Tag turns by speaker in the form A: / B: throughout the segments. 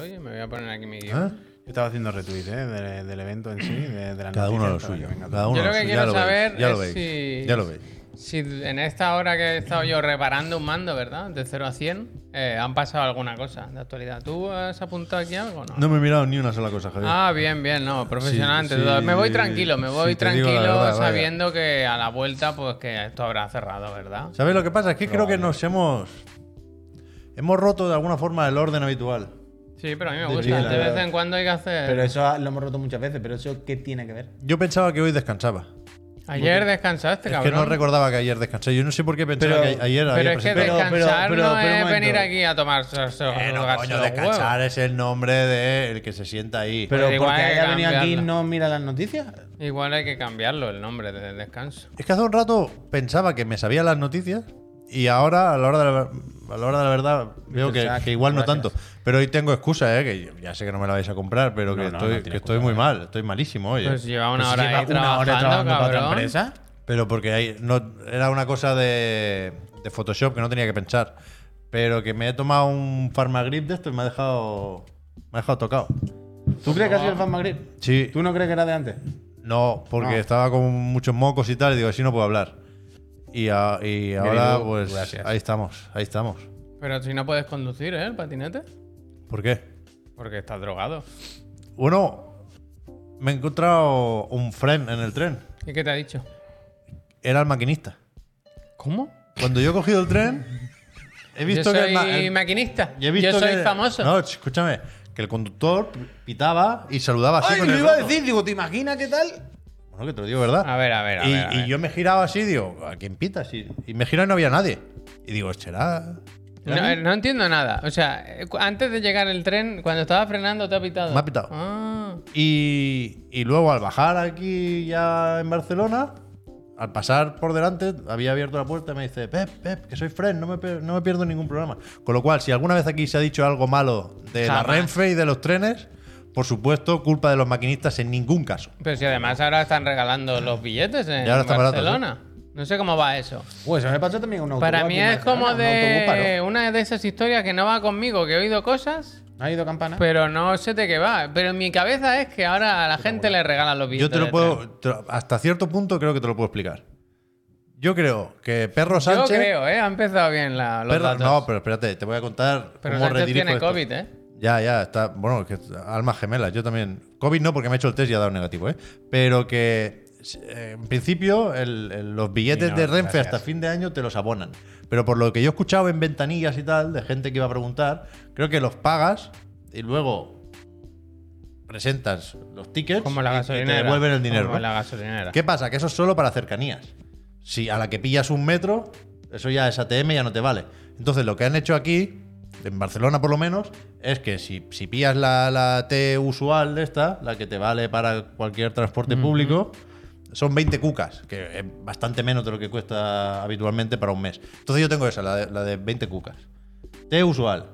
A: Oye, me voy a poner aquí mi guión.
B: ¿Ah?
C: Yo estaba haciendo retweet ¿eh? de- del evento en sí, de, de las
B: Cada uno lo
C: noticias para
B: suyo.
C: que venga
B: Cada
C: todo.
B: uno
A: Yo lo
B: lo
A: que
B: suyo.
A: quiero
B: ya lo
A: saber
B: veis. Ya lo
A: es
B: veis.
A: si-
B: Ya lo veis.
A: Si en esta hora que he estado yo reparando un mando, ¿verdad? De 0 a 100, eh, han pasado alguna cosa de actualidad. ¿Tú has apuntado aquí algo o no?
B: No me he mirado ni una sola cosa, Javier.
A: Ah, bien, bien, no, profesional.
B: Sí,
A: ante todo.
B: sí,
A: me voy tranquilo, me
B: sí,
A: voy
B: te digo
A: tranquilo
B: la verdad, vaya.
A: sabiendo que a la vuelta, pues que esto habrá cerrado, ¿verdad?
B: ¿Sabes lo que pasa? Es que creo que nos hemos. Hemos roto de alguna forma el orden habitual.
A: Sí, pero a mí me
B: De
A: gusta.
B: bien,
A: De vez
B: pero-
A: en cuando hay que hacer.
D: Pero eso lo hemos roto muchas veces, pero eso ¿qué tiene que ver?
A: Pues
B: Yo pensaba que hoy descansaba.
A: Ayer descansaste,
B: Es
A: cabrón.
B: que no recordaba que ayer descansé. Yo no sé por qué pensaba
D: Pero-
B: que ayer
A: Pero
B: había
A: es que
B: presentado.
D: Pero-
A: descansar
D: pero- pero-
A: no
D: pero un
A: es
D: momento.
A: venir aquí a tomarse los
B: Bueno, Eh, coño, descansar es el nombre del que se sienta ahí.
D: Pero
A: igual
D: porque
A: hay que
D: haya venido aquí y
A: cambiarla.
D: no mira las noticias.
A: Igual hay que cambiarlo el nombre de descanso.
B: Es que hace un rato pensaba que me sabía las noticias y ahora, a la hora de la, a la hora de la verdad, veo que,
D: Isaac,
B: que igual no
D: gracias.
B: tanto. Pero hoy tengo excusa, ¿eh? que yo- ya sé que no me la vais a comprar, pero que
C: No, no,
B: estoy,
C: no tiene
B: que estoy muy mal, estoy malísimo, oye.
A: Pues lleva una hora
D: Lleva
A: ahí
D: una
A: trabajando,
D: hora trabajando para otra
A: cabrón.
D: empresa.
B: Pero porque hay, no, era una cosa de, de Photoshop que no tenía que pensar. Pero que me he tomado un Farmagrip de esto y me ha dejado, me ha dejado tocado.
D: ¿Tú crees que ha sido el fan Madrid?
B: Sí,
D: ¿Tú no crees que era de antes?
B: no, porque
D: No.
B: estaba con muchos mocos y tal, y digo, así no puedo hablar. Y, a- y ahora,
C: Querido,
B: pues,
C: gracias.
B: ahí estamos, ahí estamos.
A: Pero si no puedes conducir, ¿eh? El patinete.
B: ¿Por qué?
A: Porque estás drogado.
B: Bueno, me he encontrado un friend en el tren.
A: ¿Y qué te ha dicho?
B: Era el maquinista.
A: ¿Cómo?
B: Cuando yo he cogido el tren, he visto
A: Yo
B: que.
A: soy
B: el ma- el-
A: maquinista.
B: y he visto
A: Yo soy
B: que-
A: famoso.
B: No, ch- escúchame. Que el conductor pitaba y saludaba así
D: Ay,
B: con
D: lo
B: el
D: iba a
B: brazo.
D: decir, digo, ¿te imaginas qué tal?
B: Bueno, que te lo digo, ¿verdad?
A: A ver, a ver, a
B: y,
A: ver, a
B: y
A: ver.
B: yo me giraba así, digo, ¿a quién pitas? Y, y me giraba y no había nadie. Y digo, ¿será?
A: No, eh, no entiendo nada. O sea, eh, cu- antes de llegar el tren, cuando estaba frenando, te ha pitado.
B: Me ha pitado.
A: Ah.
B: Y, y luego al bajar aquí ya en Barcelona, al pasar por delante, había abierto la puerta y me dice, Pep, Pep, que soy Fred, no me, per- no me pierdo ningún programa. Con lo cual, si alguna vez aquí se ha dicho algo malo de la
A: Jamás.
B: Renfe y de los trenes, por supuesto, culpa de los maquinistas en ningún caso.
A: Pero si además ahora están regalando los billetes en
B: Y ahora está barato,
A: Barcelona. No sé cómo va eso.
D: Pues eso me pasó también con un autobús.
A: Para
D: aquí
A: mí
D: en
A: es como
D: Barcelona, un autobús
A: de
D: paró.
A: una de esas historias que no va conmigo, que he oído cosas,
D: ¿No ha ido campana?
A: pero no sé de qué va. Pero en mi cabeza es que ahora a la gente le regalan los billetes.
B: Yo te lo
A: de
B: puedo, te lo- hasta cierto punto creo que te lo puedo explicar. Yo creo que Perro
A: tren. Yo
B: Sánchez...
A: creo, ¿eh? Ha empezado bien la, los
B: Perro-
A: datos.
B: no, pero espérate, te voy a contar
A: Pero
B: cómo
A: Sánchez
B: redirijo
A: tiene
B: esto.
A: COVID, ¿eh?
B: Ya, ya, está. Bueno, que almas gemelas. Yo también. COVID no, porque me he hecho el test y ha dado negativo, ¿eh? Pero que eh, en principio el- el- los billetes
C: Y no,
B: de Renfe
C: gracias.
B: hasta fin de año te los abonan. Pero por lo que yo he escuchado en ventanillas y tal, de gente que iba a preguntar, creo que los pagas y luego presentas los tickets
A: Como la
B: y- y
A: gasolinera.
B: te devuelven el dinero.
A: Como
B: ¿no?
A: la gasolinera.
B: ¿Qué pasa? Que eso es solo para cercanías. Si a la que pillas un metro, eso ya es ATM, ya no te vale. Entonces, lo que han hecho aquí, en Barcelona por lo menos, es que si, si pillas la, la T usual de esta, la que te vale para cualquier transporte público, son 20 cucas, que es bastante menos de lo que cuesta habitualmente para un mes. Entonces, yo tengo esa, la de, la de 20 cucas. T usual.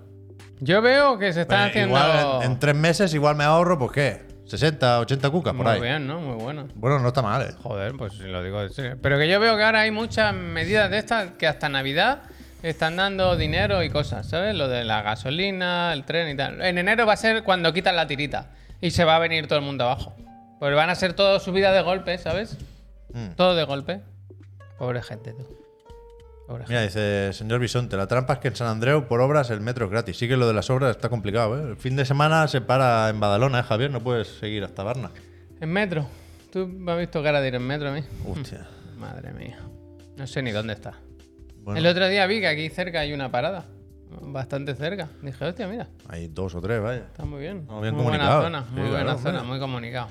A: Yo veo que se están
B: Eh,
A: haciendo.
B: Igual en, en tres meses, igual me ahorro, pues qué, 60, 80 cucas por
A: Muy
B: ahí.
A: bien, ¿no? Muy bueno.
B: Bueno, no está mal, eh.
A: Joder, pues si lo digo en serio. Pero que yo veo que ahora hay muchas medidas de estas que hasta Navidad están dando dinero y cosas, ¿sabes? Lo de la gasolina, el tren y tal. En enero va a ser cuando quitan la tirita y se va a venir todo el mundo abajo. Pues van a ser todo subida de golpe, ¿sabes?
B: Mm.
A: Todo de golpe. Pobre gente, tú. Pobre gente.
B: Mira, dice señor Bisonte, la trampa es que en San Andreu por obras el metro es gratis. Sí que lo de las obras está complicado, ¿eh? El fin de semana se para en Badalona, ¿eh, Javier? No puedes seguir hasta Barna.
A: En metro. Tú me has visto cara de ir en metro a mí.
B: Hostia.
A: Madre mía. No sé ni dónde está.
B: Bueno,
A: El otro día vi que aquí cerca hay una parada. Bastante cerca. Dije, hostia, mira.
B: hay dos o tres, vaya.
A: Está muy bien.
B: Estamos bien
A: muy buena
B: comunicados.
A: zona,
B: Sí,
A: muy
B: claro,
A: buena
B: hombre.
A: zona, muy comunicado.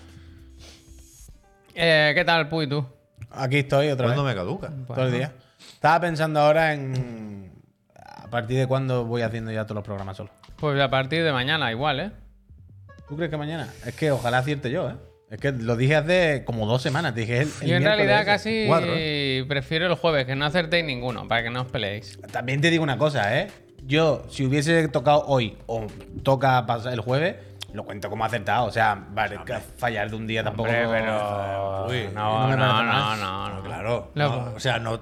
A: Eh, ¿Qué tal, Puy, tú?
D: Aquí estoy otra vez.
B: ¿Cuándo me caduca?
D: Todo el día. Estaba pensando ahora en. A partir de cuándo voy haciendo ya todos los programas solo.
A: Pues a partir de mañana, igual, ¿eh?
D: ¿Tú crees que mañana? Es que ojalá acierte yo, ¿eh? Es que lo dije hace como dos semanas. Dije el, el
A: Yo en
D: miércoles ¿eh?
A: realidad
D: ese.
A: casi
B: Cuatro,
A: prefiero el jueves, que no acertéis ninguno, para que no os peleéis.
D: También te digo una cosa, ¿eh? Yo, si hubiese tocado hoy o toca pasar el jueves, Lo cuento como acertado. O sea, vale, que fallar de un día tampoco.
A: Hombre, pero.
B: Uy,
A: no, no,
D: eh, me parece
A: no, no,
D: mal.
A: no,
B: No, claro.
A: Loco.
B: no, o sea, no,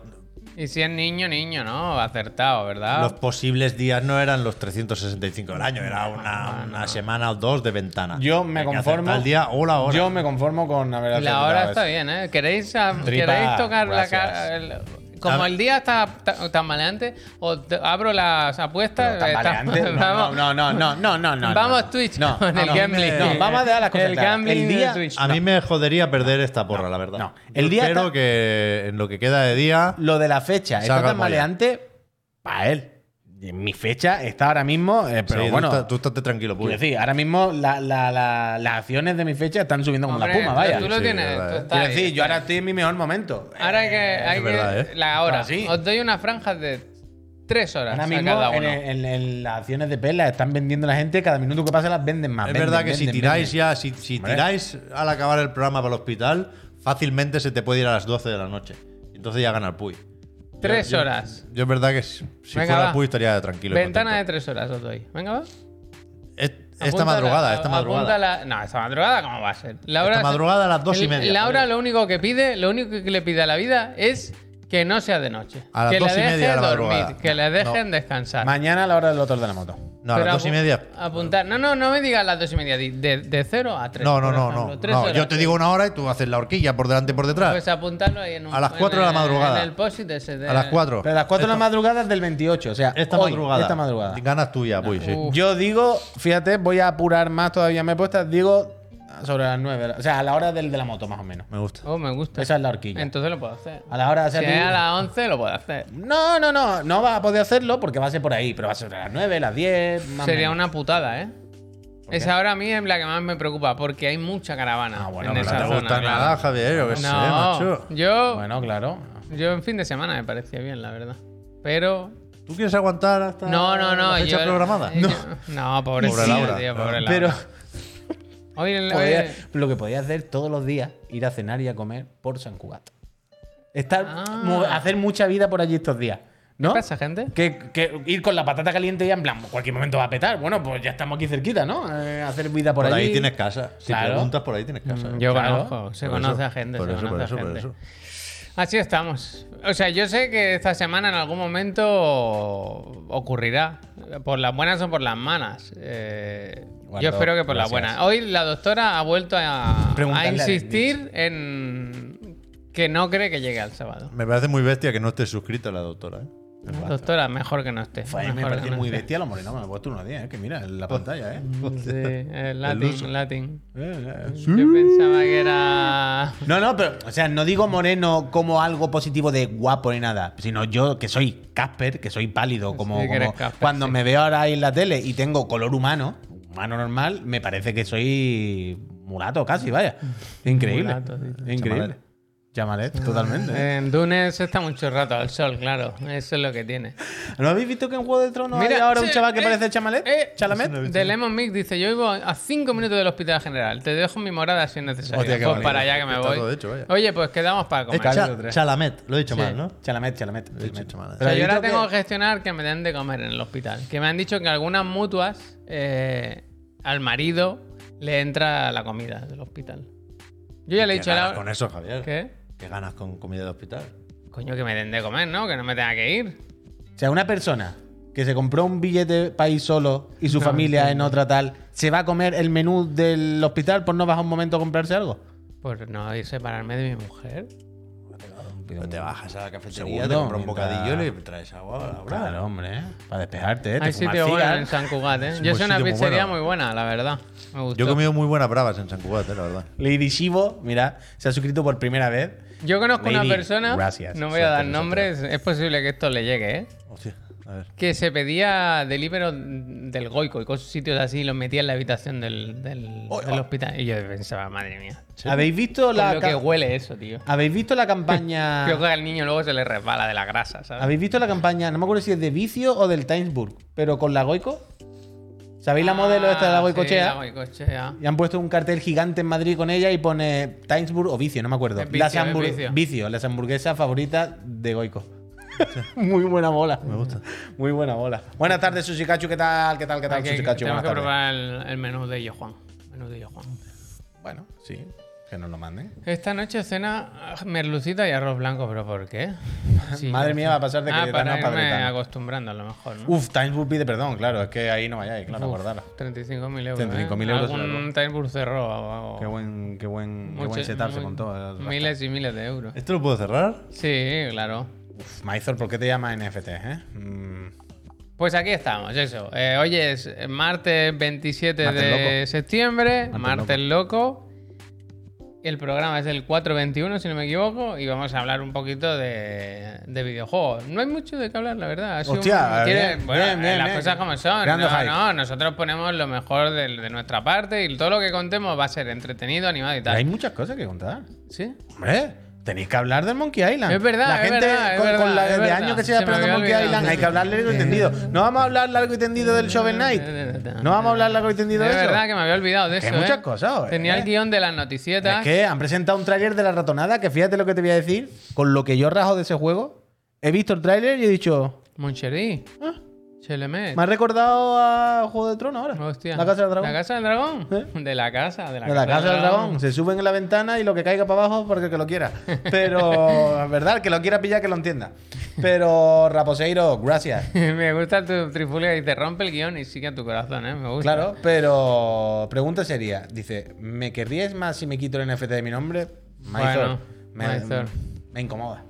A: Y si es niño, niño, ¿no? Acertado,
B: los
D: Ah.
A: ¿verdad?
B: posibles días no eran los 365 del año, era una, una semana o dos de ventana.
D: Yo me
B: Hay que
D: conformo-
B: acertar el día o la hora.
D: Yo me conformo con haber
A: La
D: acertado
A: hora
D: eso.
A: está bien, ¿eh? ¿Queréis, ah,
D: Tripa,
A: ¿queréis tocar
D: gracias.
A: la cara? el- Como el día está ta- tan maleante, os te- abro las apuestas.
D: Pero tan
A: eh, tam-
D: maleante, no,
A: vamos,
D: No, no, no, no, no, no.
A: vamos
D: no.
A: Twitch
D: No,
A: con
D: no,
A: el
D: no,
A: gambling.
D: no, vamos a dejar las cosas
A: El
D: claras.
A: gambling
D: El día-
A: de Twitch.
B: a mí me jodería perder esta porra, la verdad.
D: no. El
B: Yo
D: día
B: Espero
D: está-
B: que en lo que queda de día.
D: Lo de la fecha está
B: Saca
D: tan
B: polla.
D: maleante para él. Y Mi fecha está ahora mismo, eh, pero
B: Sí, tú
D: bueno.
B: está- tú, estate tranquilo, Puy.
D: Quiero decir, ahora mismo la- la- la- las acciones de mi fecha están subiendo como
A: Hombre,
D: la puma, vaya.
A: Tú lo Ah,
B: Sí,
A: tienes.
B: verdad,
A: tú
B: eh.
A: estás
D: Quiero
A: ahí,
D: decir, yo
A: estás
D: ahora estoy en mi mejor momento.
A: Ahora hay que hay que-
B: verdad, ¿eh?
A: la hora.
D: Ah, sí.
A: Os doy unas franjas de tres horas
D: Ahora
A: a
D: mismo
A: cada
D: en,
A: uno.
D: en- en las acciones de perlas están vendiendo la gente, cada minuto que pasa las venden más.
B: Es
D: Ah, venden,
B: verdad que si
D: venden,
B: tiráis
D: venden.
B: ya, si, si
D: Hombre.
B: tiráis al acabar el programa para el hospital, fácilmente se te puede ir a las 12 de la noche. Entonces ya gana el Puy.
A: Tres
B: Yo- yo-
A: horas.
B: Yo, es verdad que si si
A: Venga,
B: fuera
A: va.
B: Puy estaría tranquilo. y
A: Ventana de
B: contento.
A: tres horas os doy. Venga, va.
B: Es-
A: Apúntala,
B: Esta madrugada,
A: a-
B: esta madrugada.
A: apúntala- No, esta madrugada, ¿cómo va a ser? La hora
B: Esta madrugada a las dos y
A: el-
B: media,
A: La hora
B: joder.
A: lo único que pide, lo único que le pide a la vida es que no sea de noche.
B: A las
A: que
B: dos
A: la
B: y media de
A: dejen
B: la
A: dormir,
B: madrugada.
A: que la
B: No.
A: dejen descansar.
D: Mañana a la hora del motor de la moto.
B: No, a
A: Pero
B: las dos y
A: apu-
B: media.
A: Apuntar. No, no, no me digas las dos y media. di- De, de cero a tres.
B: No, no,
A: por
B: no,
A: ejemplo.
B: no.
A: Tres
B: No,
A: horas.
B: Yo te digo una hora y tú haces la horquilla por delante y por
A: Pues
B: detrás.
A: apuntarlo ahí en un.
B: Ah. A las cuatro
A: en
B: de la
A: el-
B: madrugada.
A: En el post ese de-
B: A las 4.
D: Pero a las 4 de la madrugada es del 28, o sea,
B: Esta
D: hoy,
B: madrugada.
D: Esta madrugada.
B: Ganas tuya, Puy, sí.
A: Uf.
D: Yo digo, fíjate, voy a apurar más todavía me he puesto, digo sobre las 9, o sea, a la hora del de la moto más o menos.
B: Me gusta.
A: Oh, me gusta.
D: Esa es la horquilla.
A: Entonces lo puedo hacer.
D: a la hora de
A: Si
D: hacer
A: es a las 11 lo puedo hacer.
D: No, no, no, no va a poder hacerlo porque va a ser por ahí, pero va a ser sobre las 9, las 10, más o
A: Sería
D: menos.
A: una putada, ¿eh? Esa ahora a mí es la que más me preocupa porque hay mucha caravana.
D: Ah, bueno,
A: en
D: pero
A: esa
B: No te
A: zona,
B: gusta
A: claro.
B: nada, Javier, yo qué sé, macho.
A: No, yo,
D: Bueno, claro.
A: yo en fin de semana me parecía bien, la verdad. Pero.
B: ¿Tú quieres aguantar hasta
A: No, no, no.
B: la fecha
A: yo- eh,
B: programada?
A: yo- no, pobrecita,
B: Pobre Laura.
A: tío, pobre Laura.
D: Pero pues
A: Hoy en-
D: podía-
A: hoy-
D: lo que podía hacer todos los días, ir a cenar y a comer por San Cugat. Estar,
A: Ah.
D: mo- hacer mucha vida por allí estos días. ¿No?
A: ¿Qué pasa, gente?
D: Que, que ir con la patata caliente ya en plan, cualquier momento va a petar. Bueno, pues ya estamos aquí cerquita, ¿no? Eh, hacer vida por,
B: Por
D: allí.
B: ahí tienes casa. Si
D: Claro.
B: preguntas, por ahí tienes casa.
A: Mm, Yo
D: Claro.
A: conozco, se
B: Por
A: conoce
B: eso,
A: a gente,
B: por
A: se
B: eso,
A: conoce
B: por
A: a
B: eso, por
A: gente.
B: eso.
A: Así estamos. O sea, yo sé que esta semana en algún momento ocurrirá, por las buenas o por las malas. Eh,
D: Guardo,
A: yo espero que por las
D: gracias.
A: buenas. Hoy la doctora ha vuelto a, a
D: Preguntarle a
A: insistir en que no cree que llegue al sábado.
B: Me parece muy bestia que no estés suscrita la doctora. ¿eh?
A: Doctora, mejor que no esté.
D: Fue, a mí me
A: mejor que
D: parece
A: no Pues
D: muy
A: esté.
D: bestia los morenos. Me he puesto unos 10, eh, que mira, en la pantalla, ¿eh?
A: Mm, Sí, el
B: uso.
A: Latin, Latin.
D: Eh, eh.
A: Yo pensaba que era...
D: No, no, pero, o sea, no digo moreno como algo positivo de guapo ni nada, sino yo que soy Casper, que soy pálido, como,
A: Sí, que eres
D: como
A: Casper,
D: cuando
A: sí.
D: me veo ahora ahí en la tele y tengo color humano, humano normal, me parece que soy mulato casi, vaya. Increíble.
A: Mm. Mulato, sí.
D: Increíble. Chamalet, totalmente. ¿eh?
A: En Dune se está mucho rato al sol, claro. Eso es lo que tiene.
D: ¿No habéis visto que en Juego de Tronos
A: Mira,
D: hay ahora un
A: sí,
D: chaval que
A: eh,
D: parece Chamalet?
A: eh,
D: Chalamet.
A: De Lemon Mick dice, yo vivo a 5 minutos del hospital general. Te dejo mi morada si es necesario.
B: Hostia, qué
A: pues
B: bonito.
A: para allá que me
B: Está
A: voy.
B: todo hecho, vaya.
A: Oye, pues quedamos para
B: Es
A: comer.
D: Claro,
B: Cha-
D: tres.
B: Chalamet, lo he dicho mal, ¿no?
D: Chalamet, Chalamet. Chalamet.
B: Chalamet.
A: O sea, yo
D: habéis
A: ahora
D: visto
A: tengo
D: que-
A: que gestionar que me den de comer en el hospital. Que me han dicho que algunas mutuas eh, al marido le entra la comida del hospital. Yo ya le he
B: ¿Qué
A: dicho a
B: ganas
A: Laura-
B: con eso, Javier? ¿Qué?
A: ¿Qué?
B: ganas con comida de hospital?
A: Coño, que me den de comer, ¿no? Que no me tenga que ir.
D: O sea, una persona que se compró un billete para ir solo y su
A: No,
D: familia
A: entiendo.
D: en otra tal, ¿se va a comer el menú del hospital por no bajar un momento a comprarse algo?
A: Por Pues no ir separarme de mi mujer.
B: Pero Pues te bajas a la cafetería,
D: Segundo,
B: te compras un
D: mientras-
B: bocadillo y le traes agua a Laura.
D: Claro, hombre, ¿eh? para despejarte. ¿eh? Te
A: Hay
D: fumas
A: sitio bueno
D: cigarro.
A: en San Cugat, ¿eh? Yo
B: buen
A: sé una
B: sitio muy
A: pizzería
B: bueno.
A: muy buena, la verdad. Me gustó.
B: Yo he comido muy buenas bravas en San Cugat, eh, la verdad.
D: Lady Shivo, mira, se ha suscrito por primera vez.
A: Yo conozco
D: Lady,
A: una persona,
D: gracias.
A: no voy a dar
D: Suerte,
A: nombres, es posible que esto le llegue, ¿eh?
B: Hostia, a ver.
A: que se pedía delivery del Goico y cosas sitios así y los metía en la habitación del, del, del hospital. Y yo pensaba, madre mía,
D: ¿Habéis visto
A: con
D: oh. la
A: lo
D: ca- Ah.
A: que huele eso, tío.
D: ¿Habéis visto la campaña?
A: Creo que al niño luego se le resbala de la grasa, ¿sabes?
D: ¿Habéis visto la campaña? No me acuerdo si es de Vicio o del Timesburg, pero con la Goico. ¿Sabéis la modelo esta de la
A: Ah,
D: Goicochea?
A: sí, la Goicochea.
D: Y han puesto un cartel gigante en Madrid con ella y pone Timesburg o Vicio, no me acuerdo.
A: Es vicio,
D: las
A: es
D: hambur-
A: vicio.
D: vicio, las hamburguesas favoritas de Goico. Muy buena bola.
B: Me gusta.
D: Muy buena bola. Buenas tardes, Susikachu. ¿Qué tal? ¿Qué tal? ¿Qué tal,
A: Hay que-
D: Susikachu?
A: tenemos
D: Buenas
A: que
D: tardes.
A: probar el, el menú de ellos, Juan. Menú de ellos, Juan.
D: Bueno, sí. Que nos lo manden.
A: Esta noche cena ah, merlucita y arroz blanco, pero ¿por qué? Sí,
D: Madre
A: ya
D: mía,
A: está.
D: va a pasar de
A: Ah,
D: Cayetano
A: para
D: a
A: irme
D: Padretano.
A: acostumbrando a lo mejor, ¿no?
D: Uf, Times Book pide perdón, claro. Es que ahí no vayáis, claro, acordaros.
A: 35.000 euros.
D: 35.000
A: ¿eh?
D: euros
A: Algún
D: algo.
A: Timebur cerró o- o-
C: Qué buen, qué buen, qué
A: mucho-
C: buen setup se
A: muy-
C: montó. eh, Rasta.
A: Miles y miles de euros.
B: ¿Esto lo puedo cerrar?
A: Sí, claro.
D: Uf, Maizor, ¿por qué te llamas NFT, eh? Mm,
A: Pues aquí estamos, eso. Eh, hoy es martes 27
D: Martes
A: de
D: loco.
A: septiembre,
D: Martes
A: martes loco. El programa es el 421, si no me equivoco, y vamos a hablar un poquito de, de videojuegos. No hay mucho de qué hablar, la verdad. Ha sido
D: Hostia,
A: un- quiere-
D: bien,
A: bueno,
D: bien, bien,
A: las
D: bien.
A: cosas como son.
D: Creando
A: No,
D: hype.
A: no, nosotros ponemos lo mejor de, de nuestra parte y todo lo que contemos va a ser entretenido, animado y
D: pero Hay
A: tal.
D: muchas cosas que contar.
A: ¿Sí?
D: Hombre, tenéis que hablar del Monkey Island.
A: Es verdad,
D: La
A: es
D: gente
A: verdad, es
D: con,
A: verdad,
D: con la
A: es
D: de
A: verdad.
D: años que
A: Se
D: se
A: me
D: lleva esperando
A: había
D: Monkey
A: olvidado.
D: Island, hay que hablar largo y tendido. No vamos a hablar largo y tendido del Shovel Knight. No vamos a hablar largo y tendido de
A: es
D: eso.
A: verdad que me había olvidado de
D: Que
A: eso.
D: hay muchas
A: ¿eh?
D: cosas, joder.
A: Tenía el guión de las noticietas.
D: Es que han presentado un tráiler de la ratonada, que fíjate lo que te voy a decir, con lo que yo rajo de ese juego. He visto el tráiler y he dicho,
A: Moncherí.
D: Ah.
A: Chelemet.
D: me ha recordado a Juego de Trono ahora.
A: Hostia.
D: La Casa del Dragón.
A: ¿La casa del dragón?
D: ¿Eh?
A: De la casa, de la,
D: De la casa del dragón. Se suben en la ventana y lo que caiga para abajo porque el que lo quiera. Pero, es verdad, el que lo quiera pillar, que lo entienda. Pero, Raposeiro, gracias.
A: Me gusta tu trifulia y te rompe el guión y sigue a tu corazón, ¿eh? Me gusta.
D: Claro, pero pregunta sería, dice, ¿me querríais más si me quito el NFT de mi nombre? Maizor.
A: Bueno, Maizor.
D: me incomoda.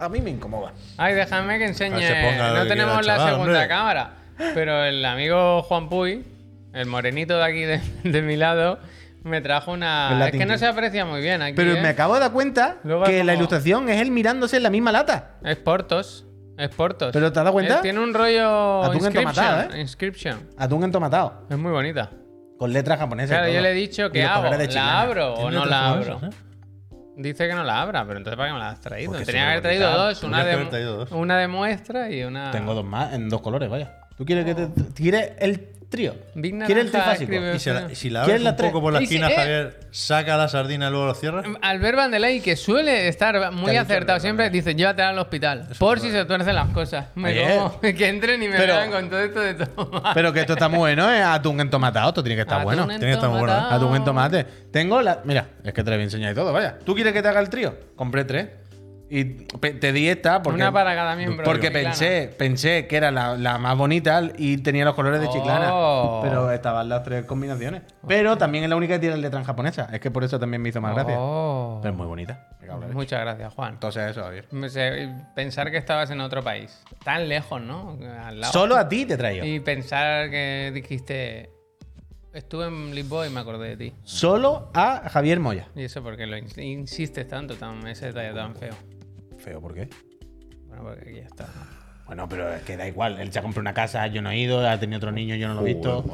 D: A mí me incomoda.
A: Ay, déjame que enseñe.
B: Que se ponga lo
A: no
B: que
A: tenemos
B: quiera,
A: la
B: chaval,
A: segunda
B: hombre.
A: cámara. Pero el amigo Juan Puy, el morenito de aquí de, de mi lado, me trajo
D: Con
A: una.
D: la
A: Es que no
D: tinta.
A: se aprecia muy bien aquí.
D: Pero
A: ¿eh?
D: me acabo de dar cuenta
A: Luego
D: que
A: es
D: la
A: como-
D: ilustración es él mirándose en la misma lata.
A: Es Portos. Es Portos.
D: ¿Pero te has dado cuenta?
A: Eh, tiene un rollo.
D: Atún
A: Inscription.
D: entomatado, ¿eh?
A: Inscription.
D: Atún entomatado.
A: Es muy bonita.
D: Con letras japonesas. y
A: Claro, yo
D: todo.
A: le he dicho
D: Y
A: que
D: los
A: hago.
D: colores de
A: ¿La
D: chilena.
A: abro o
B: Tiene
A: no
B: otras
A: la abro?
B: cosas, ¿eh?
A: Dice que no la abra, pero entonces ¿para qué me la has traído?
B: Porque
A: Tenía
B: se
A: que
B: me
A: haber traído
B: olvidaba.
A: dos, una
B: Tendrías que
A: de,
B: haber traído dos.
A: una de muestra y una.
D: Tengo dos más, en dos colores, vaya. ¿Tú quieres que te- ¿Quieres el trío?
A: Big Naranja
D: ¿Quieres el trifásico?
A: escribe-
B: ¿Eh? Y si la, si la abres
D: ¿Quieres la
B: un
D: tres?
B: poco por la
A: Y si-
B: esquina,
A: eh.
B: Javier, saca la sardina y luego lo cierras.
A: Albert Vandelay, que suele estar muy
D: Calentón,
A: acertado siempre, dice: llévatela al hospital. por si se tuercen las cosas. Me
D: Oye.
A: como, que entren y me
D: Pero-
A: vean con todo esto de tomar.
D: Pero que esto está muy bueno, ¿eh? Atún entomatado, esto tiene que estar bueno.
B: tiene que estar muy bueno, ¿eh?
D: Atún en tomate. Tengo la. Mira, es que te lo voy a enseñar y todo, vaya. ¿Tú quieres que te haga el trío? Compré tres. Y pe- te di esta porque.
A: Una para cada miembro.
D: Porque
A: Chiclana.
D: pensé, pensé que era la, la más bonita y tenía los colores de chiclana.
A: Oh.
D: Pero estaban las tres combinaciones. Pero también es la única que tiene la letra en japonesa. Es que por eso también me hizo más gracia.
A: Oh.
D: Pero es muy bonita. Me cago en la leche.
A: Muchas gracias, Juan.
D: Entonces, eso, Javier.
A: Me sé- Pensar que estabas en otro país. Tan lejos, ¿no? Al lado.
D: Solo a ti te traigo.
A: Y pensar que dijiste, estuve en Lisboa y me acordé de ti.
D: Solo a Javier Moya.
A: Y eso porque lo ins- insistes tanto, tan, ese detalle tan feo.
D: Feo, ¿por qué?
A: Bueno, porque aquí está.
D: Bueno, pero es que da igual. Él se ha comprado una casa, yo no he ido, ha tenido otro niño, yo no lo he visto.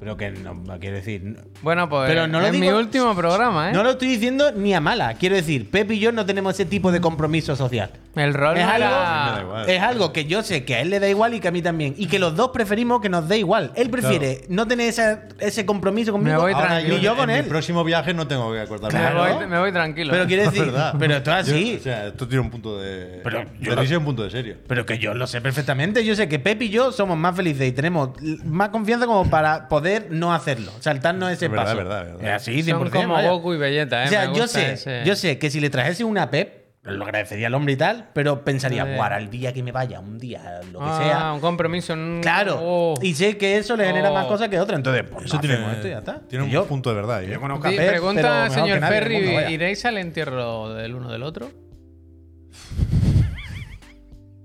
D: Pero que no, quiero decir. no-
A: Bueno, pues
D: Pero no lo
A: es
D: digo-
A: mi último programa, ¿eh?
D: No lo estoy diciendo ni a mala. Quiero decir, Pepe y yo no tenemos ese tipo de compromiso social.
A: El rol
D: Es
A: no
D: algo-
A: era-
B: Me da igual.
D: Es algo que yo sé que a él le da igual y que a mí también. Y que los dos preferimos que nos dé igual. Él prefiere no tener esa- ese compromiso conmigo
A: voy
D: ahora
A: tranquilo.
D: ni yo
B: en-
D: con
B: en
D: él.
B: Mi próximo viaje no tengo que acordarme.
A: Me,
D: Claro.
A: voy, me voy tranquilo. ¿eh?
D: Pero quiere decir,
B: verdad.
D: pero esto es
B: Yo-
D: así.
B: o sea, esto tiene un punto de.
D: Pero yo
B: de
D: no-
B: risa y un punto de serio.
D: Pero que yo lo sé perfectamente. Yo sé que Pepe y yo somos más felices y tenemos l- más confianza como para poder no hacerlo. Saltarnos ese
B: Es verdad,
D: paso.
B: es verdad, es verdad.
D: Es así, 100%.
A: Son como
D: vaya.
A: Goku y Vegeta, ¿eh?
D: o sea,
A: Me
D: yo
A: gusta
D: sé,
A: ese-
D: yo sé que si le trajese una Pep, lo agradecería al hombre y tal, pero pensaría,
A: Sí.
D: guara, el día que me vaya, un día, lo que
A: Ah,
D: sea.
A: un compromiso. un-
D: Claro.
A: Oh.
D: Y sé que eso le genera
A: Oh.
D: más cosas que otra. Entonces, pues,
B: Eso
D: no
B: tiene,
D: hacemos esto y ya está.
B: tiene un
D: Y yo,
B: punto de verdad. ¿eh?
D: yo conozco a
A: Di-
D: Pep, pero
A: pregunta,
D: mejor que
A: señor
D: nadie en el
A: Ferry,
D: mundo, vaya.
A: ¿iréis al entierro del uno del otro?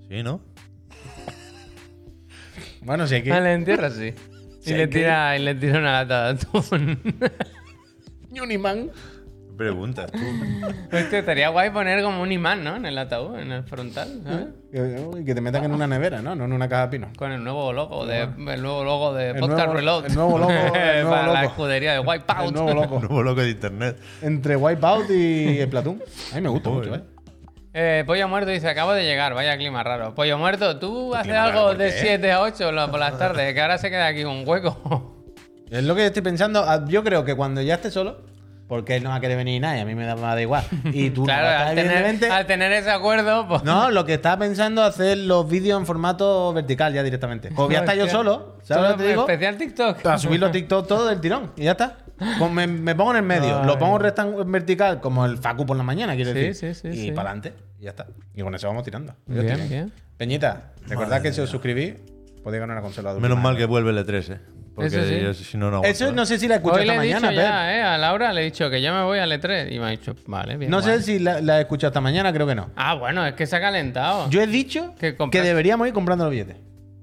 B: Sí, ¿no?
D: Bueno, sí que.
A: Al entierro Ah, sí. Y,
D: Sí,
A: le
D: que-
A: tira, y le tira una lata de atún.
D: Ni un imán.
B: Preguntas. tú.
A: Hostia, Pues este, estaría guay poner como un imán, ¿no? En el ataúd, en el frontal,
D: ¿Eh?
A: ¿sabes?
D: Y que te metan en una nevera, ¿no? No en una caja de pino.
A: Con el nuevo logo de, el nuevo logo de
D: El
A: Podcast
D: nuevo-
A: Reload.
D: el nuevo logo- el nuevo
A: Para la
D: logo.
A: escudería de Wipeout.
D: El nuevo loco.
B: Nuevo loco de internet.
D: Entre Wipeout y Splatoon. A mí me gusta mucho,
B: Joder.
D: ¿eh?
A: Eh, Pollo Muerto dice, acabo de llegar, vaya clima raro. Pollo Muerto, tú haces
D: clima raro,
A: algo
D: ¿por
A: de
D: qué?
A: 7 a 8 lo- por las tardes, que ahora se queda aquí con hueco.
D: Es lo que estoy pensando. Ah, Yo creo que cuando ya esté solo, porque él no va a querer venir nada y a mí me da, me da igual. Y tú, no
A: Claro,
D: vas a
A: al
D: estar,
A: tener,
D: evidentemente-
A: al tener ese acuerdo, pues.
D: No, lo que estaba pensando es hacer los vídeos en formato vertical ya directamente. Como ya está yo
A: Hostia.
D: solo, ¿sabes lo que te digo?
A: Especial TikTok.
D: A subir los TikTok todo del tirón y ya está. Con- me, me pongo en el medio, lo pongo en rectan- en vertical como el Facu por la mañana, quiero
A: Sí,
D: decir.
A: sí, sí,
D: y
A: sí.
D: para adelante, ya está. Y con eso vamos tirando. Yo
A: Bien,
D: estoy
A: bien.
D: Peñita, recordad que si os suscribís, podéis ganar una consola de
B: Menos
D: una.
B: mal que vuelve el E3, ¿eh? Porque
A: Eso sí.
B: yo- si no, no aguanto,
D: Eso
B: ¿eh?
D: no sé si la escuché
A: Hoy
D: esta
A: le he
D: mañana,
A: dicho
D: Pep.
A: ya, eh, a Laura le he dicho que yo me voy al E3 y me ha dicho, vale, bien.
D: No
A: guay.
D: sé si la, la he escuchado esta mañana, creo que no.
A: eh, Ah, bueno, es que se ha calentado.
D: Yo he dicho
A: Que
D: que,
A: compras-
D: deberíamos ir comprando los billetes.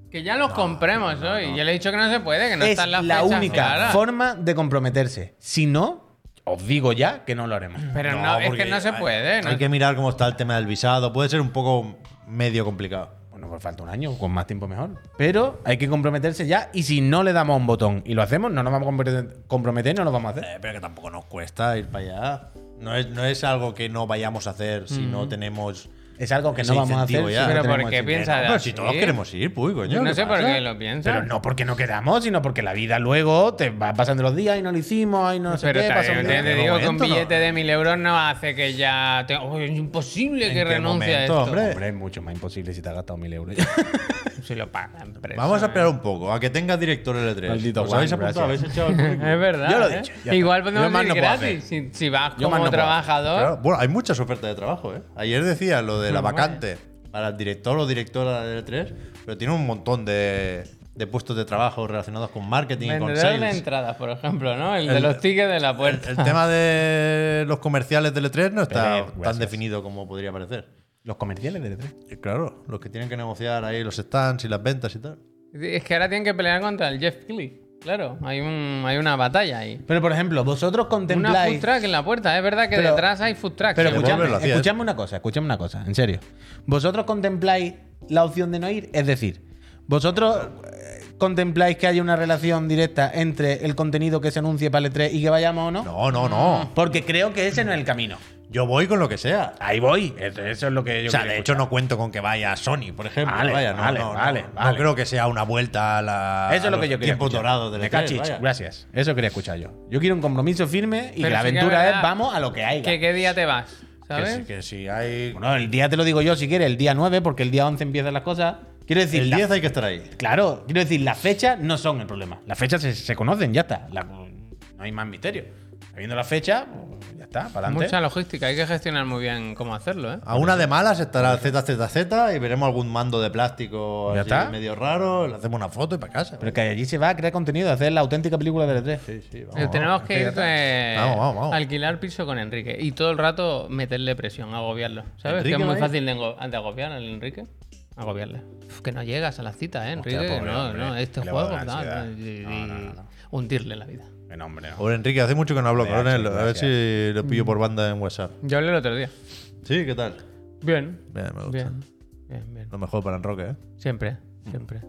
A: Que ya los compremos hoy. Yo le he dicho que no se puede, que no
D: es
A: están las
D: la
A: fechas
D: única
A: claras.
D: forma de comprometerse. Si no, os digo ya que no lo haremos.
A: Pero no, es
B: porque
A: que no se
B: hay-
A: puede.
B: Hay,
A: ¿no?
B: que mirar cómo está el tema del visado. Puede ser un poco medio complicado.
D: Bueno, pues falta un año, con más tiempo mejor. Pero hay que comprometerse ya y si no le damos a un botón y lo hacemos, no nos vamos a comprometer- comprometer, no lo vamos a hacer.
B: Eh, pero que tampoco nos cuesta ir para allá. No es, no es algo que no vayamos a hacer si no tenemos.
D: Es algo que
B: Ese
D: no vamos a hacer.
B: incentivo
D: si
B: ya.
D: no
A: Pero
D: tenemos
A: ¿por qué
D: el dinero.
A: piensa
B: Pero si
A: así?
B: todos queremos ir, pues, coño.
A: Yo no sé por
B: pasa?
A: qué lo piensa.
D: Pero no porque no queramos, sino porque la vida luego te va pasando los días y no lo hicimos, ahí no sé
A: Pero
D: qué, pasó
A: también
D: un
A: te,
D: día.
A: te digo que un
B: momento, ¿no?
A: billete de mil euros no hace que ya. te- Uy, es imposible
B: ¿En
A: que
B: qué
A: renuncie a
B: momento,
A: esto.
B: hombre?
D: Hombre, es mucho más imposible si te has gastado mil euros.
A: Si lo paga la empresa.
B: Vamos a esperar un poco, a que tenga director el E3.
D: Maldito
B: ¿Os habéis
D: Juan,
B: apuntado? ¿Habéis
D: gracias.
B: echado el currículum?
A: Es verdad.
D: Yo lo he
A: ¿eh?
D: dicho, ya
A: Igual
B: está.
A: podemos
B: Yo más
A: ir
B: no puedo
A: gratis. Si, si vas
D: Yo más
A: como
D: no puedo
A: trabajador.
B: Claro, bueno, hay muchas ofertas de trabajo, ¿eh? Ayer decía lo de la
A: Bueno,
B: vacante para el director o directora del E3, pero tiene un montón de, de puestos de trabajo relacionados con marketing y con
A: Vendedor de
B: sales.
A: entradas, por ejemplo, ¿no? El, de
B: El-
A: los tickets de la puerta.
B: El tema de los comerciales del E3 no está
D: Pérez,
B: tan
D: gracias.
B: definido como podría parecer.
D: Los comerciales de E3.
B: Y Eh, claro, los que tienen que negociar ahí los stands y las ventas y tal.
A: Es que ahora tienen que pelear contra el Jeff Kelly. Claro, hay, un, hay una batalla ahí.
D: Pero por ejemplo, vosotros
A: Una
D: contempláis.
A: food truck en la puerta. Es verdad que
D: Pero-
A: detrás hay food truck.
D: Pero
B: Sí,
D: escuchadme,
B: devuélvelo, hacía.
D: escuchadme una cosa, escuchadme una cosa, en serio. ¿Vosotros contempláis la opción de no ir? Es decir, ¿vosotros eh, contempláis que haya una relación directa entre el contenido que se anuncie para el E3 y que vayamos o no?
B: No, no,
A: Mm.
B: no.
D: Porque creo que ese no es el camino.
B: Yo voy con lo que sea.
D: Ahí voy. Eso eso es lo que yo
B: O sea,
D: quería
B: de hecho
D: escuchar.
B: no cuento con que vaya Sony, por ejemplo.
D: Vale,
B: Vaya, no,
D: vale,
B: no, no.
D: vale,
B: No
D: vale.
B: creo que sea una vuelta a la
D: Eso es lo
B: a
D: que yo
B: los
D: quería.
B: tiempos
D: escuchar.
B: dorados del
A: E
D: Me
B: E3,
D: cachis,
B: vaya.
D: gracias. Eso quería escuchar yo. Yo quiero un compromiso firme y
A: Pero sí que
D: que la
A: es
D: aventura
A: verdad
D: es vamos a lo que hay.
A: ¿Que ¿Qué día te vas?
B: Que
A: ¿Sabes?
B: sí, que sí, hay
D: Bueno, el día te lo digo yo si quieres, el día 9, porque el día 11 empiezan las cosas. Quiero decir,
B: el
D: la-
B: 10 hay que estar ahí.
D: Claro, quiero decir, las fechas no son el problema. Las fechas se, se conocen, ya está. La- no hay más misterio. Habiendo la fecha, pues, ya está, para adelante.
A: Mucha logística. Hay que gestionar muy bien cómo hacerlo, ¿eh?
B: A una de malas estará el ZZZ y veremos algún mando de plástico
D: Ya
B: así
D: está.
B: medio raro, le hacemos una foto y para casa.
D: Pero que allí se va a crear contenido, a hacer la auténtica película de E E3.
B: Sí, sí, vamos.
A: Eh, Tenemos que ir eh,
B: Vamos, vamos, vamos.
A: alquilar piso con Enrique y todo el rato meterle presión, agobiarlo. ¿Sabes?
B: ¿Enrique
A: que es muy
B: va a ir?
A: fácil de, engo- de agobiar al Enrique. Agobiarle. Uf, que no llegas a las citas, ¿eh, Enrique?
D: Hostia, pobre
A: no,
D: hombre.
A: no, este
D: Le va a
A: juego.
D: dar
A: tal,
D: ansiedad.
A: y- y-
D: No, no, no, no.
A: Hundirle la vida.
D: En hombre. no.
B: Pobre Enrique, hace mucho que no hablo con
D: Gracias,
B: él. A ver
D: gracias.
B: si lo pillo por
D: Mm.
B: banda en WhatsApp.
A: Yo hablé el otro día.
B: Sí, ¿qué tal?
A: Bien.
B: Bien, me gusta.
A: Bien. Bien, bien.
B: Lo mejor para Enroque, ¿eh?
A: Siempre, siempre.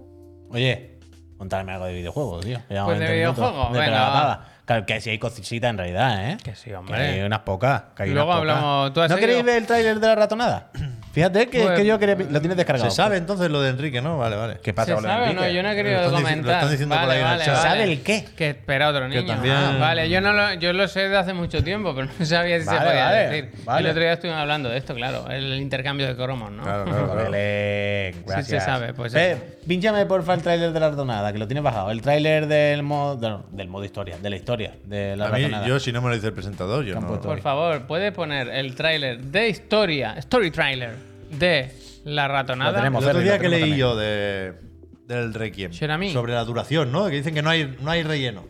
D: Oye, contadme algo de videojuegos, tío. que llevamos
A: Pues de
D: 20 minutos
A: videojuegos,
D: de
A: venga,
D: pelagatada. Claro, que si hay cositas en realidad, ¿eh?
A: Que sí,
D: Que hay
A: hombre.
D: unas pocas. que hay
A: Luego
D: unas pocas.
A: hablamos- ¿tú has
D: ¿No
A: seguido? Pues,
D: queréis ver el tráiler de la ratonada? Fíjate que,
A: Bueno.
D: que yo quería. Lo
A: mm,
D: tienes descargado.
B: Se sabe entonces lo de Enrique, ¿no? Vale, vale.
D: ¿Qué pasa
A: ¿Se
D: con el
A: sabe o no?
D: Enrique?
A: Yo no he
B: Lo
A: querido
B: están dici-
A: comentar.
B: lo están diciendo por
A: Vale,
B: ahí en el
A: vale,
B: chat.
A: vale.
D: ¿Sabe el qué?
A: Que espera otro niño.
B: también-
A: Ah, vale, yo, no lo, yo lo sé de hace mucho tiempo, pero no sabía si se
D: Vale,
A: podía
D: vale,
A: decir.
D: vale.
A: El otro día estuvimos hablando de esto, claro. El intercambio de cromos, ¿no?
B: Claro, claro, claro.
D: Belén, eh, gracias.
A: se sabe, pues
D: Pep,
A: eso.
D: pínchame porfa el tráiler de la ratonada, que lo tienes bajado. El tráiler del modo. del- del modo historia, de la historia, de la
B: A mí,
D: ratonada.
B: yo, si no me lo dice el presentador, yo
D: Campo
B: no.
D: todo.
A: Por favor, puedes poner el tráiler de historia, story trailer de La Ratonada.
D: Lo tenemos.
B: El otro
D: Ferri,
B: día
D: lo
B: que
D: tengo
B: leí
D: también.
B: yo de, del Requiem
A: Cherami.
B: sobre la duración, ¿no? Que dicen que no hay, no hay relleno.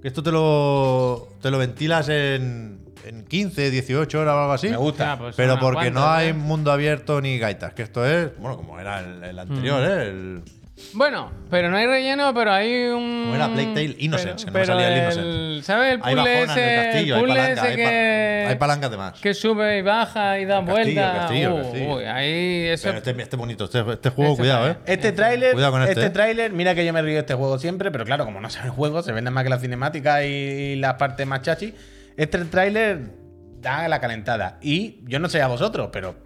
B: Que esto te lo, te lo ventilas en, en 15, 18 horas o algo así.
D: Me gusta.
A: Ah, pues
B: pero
A: unas
B: porque no
A: cuantas,
B: hay
A: ¿eh?
B: mundo abierto ni gaitas. Que esto es, bueno, como era el, el anterior,
A: Mm.
B: ¿eh? El-
A: Bueno, pero no hay relleno, pero hay un.
B: Como era Plague Tale Innocence, que no me
A: pero
B: salía el
A: el
B: Innocence.
A: ¿Sabes el
B: hay
A: puzzle
B: bajonas en el
A: ese?
B: castillo,
A: el
B: hay
A: puzzle
B: palancas,
A: ese
B: hay,
A: que,
B: pa- hay palancas de más.
A: que sube y baja y da
B: El castillo,
A: vueltas.
B: el castillo, el
A: Uy,
B: castillo.
A: uy, ahí eso.
B: Pero este, este bonito, este, este juego,
A: Ese
B: cuidado,
A: también.
B: ¿eh?
D: Este tráiler,
B: Cuidado con
D: este,
B: este, eh.
D: tráiler, mira que yo me río de este juego siempre, pero claro, como no sabe el juego, se venden más que la cinemática y, las partes más chachi. Este tráiler da la calentada. Y yo no sé a vosotros, pero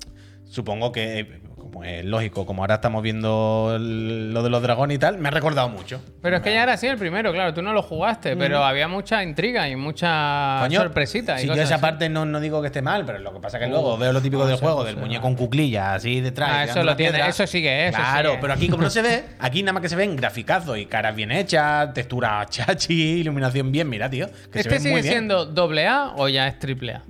D: supongo que eh, como es lógico, como ahora estamos viendo el- lo de los dragones y tal, me ha recordado mucho.
A: Pero es que ya era así el primero, claro, tú no lo jugaste,
B: Mm.
A: pero había mucha intriga y mucha
D: Coño,
A: Ah, sorpresita. y
D: Si yo
A: cosas
D: esa
A: así.
D: parte no, no digo que esté mal, pero lo que pasa es que
A: Uh,
D: luego veo lo típico
A: no
D: del
A: sé,
D: juego,
A: no
D: del
A: sé.
D: muñeco con cuclillas así detrás.
A: Ah,
D: tirando
A: eso lo
D: las
A: tiene,
D: piedras.
A: eso sigue, eso
D: Claro,
A: sigue.
D: pero aquí como no se ve, aquí nada más que se ven graficazos y caras bien hechas, textura chachi, iluminación bien, mira, tío.
A: ¿Este
D: Que se ven muy
A: sigue
D: bien.
A: siendo doble A o ya es triple A?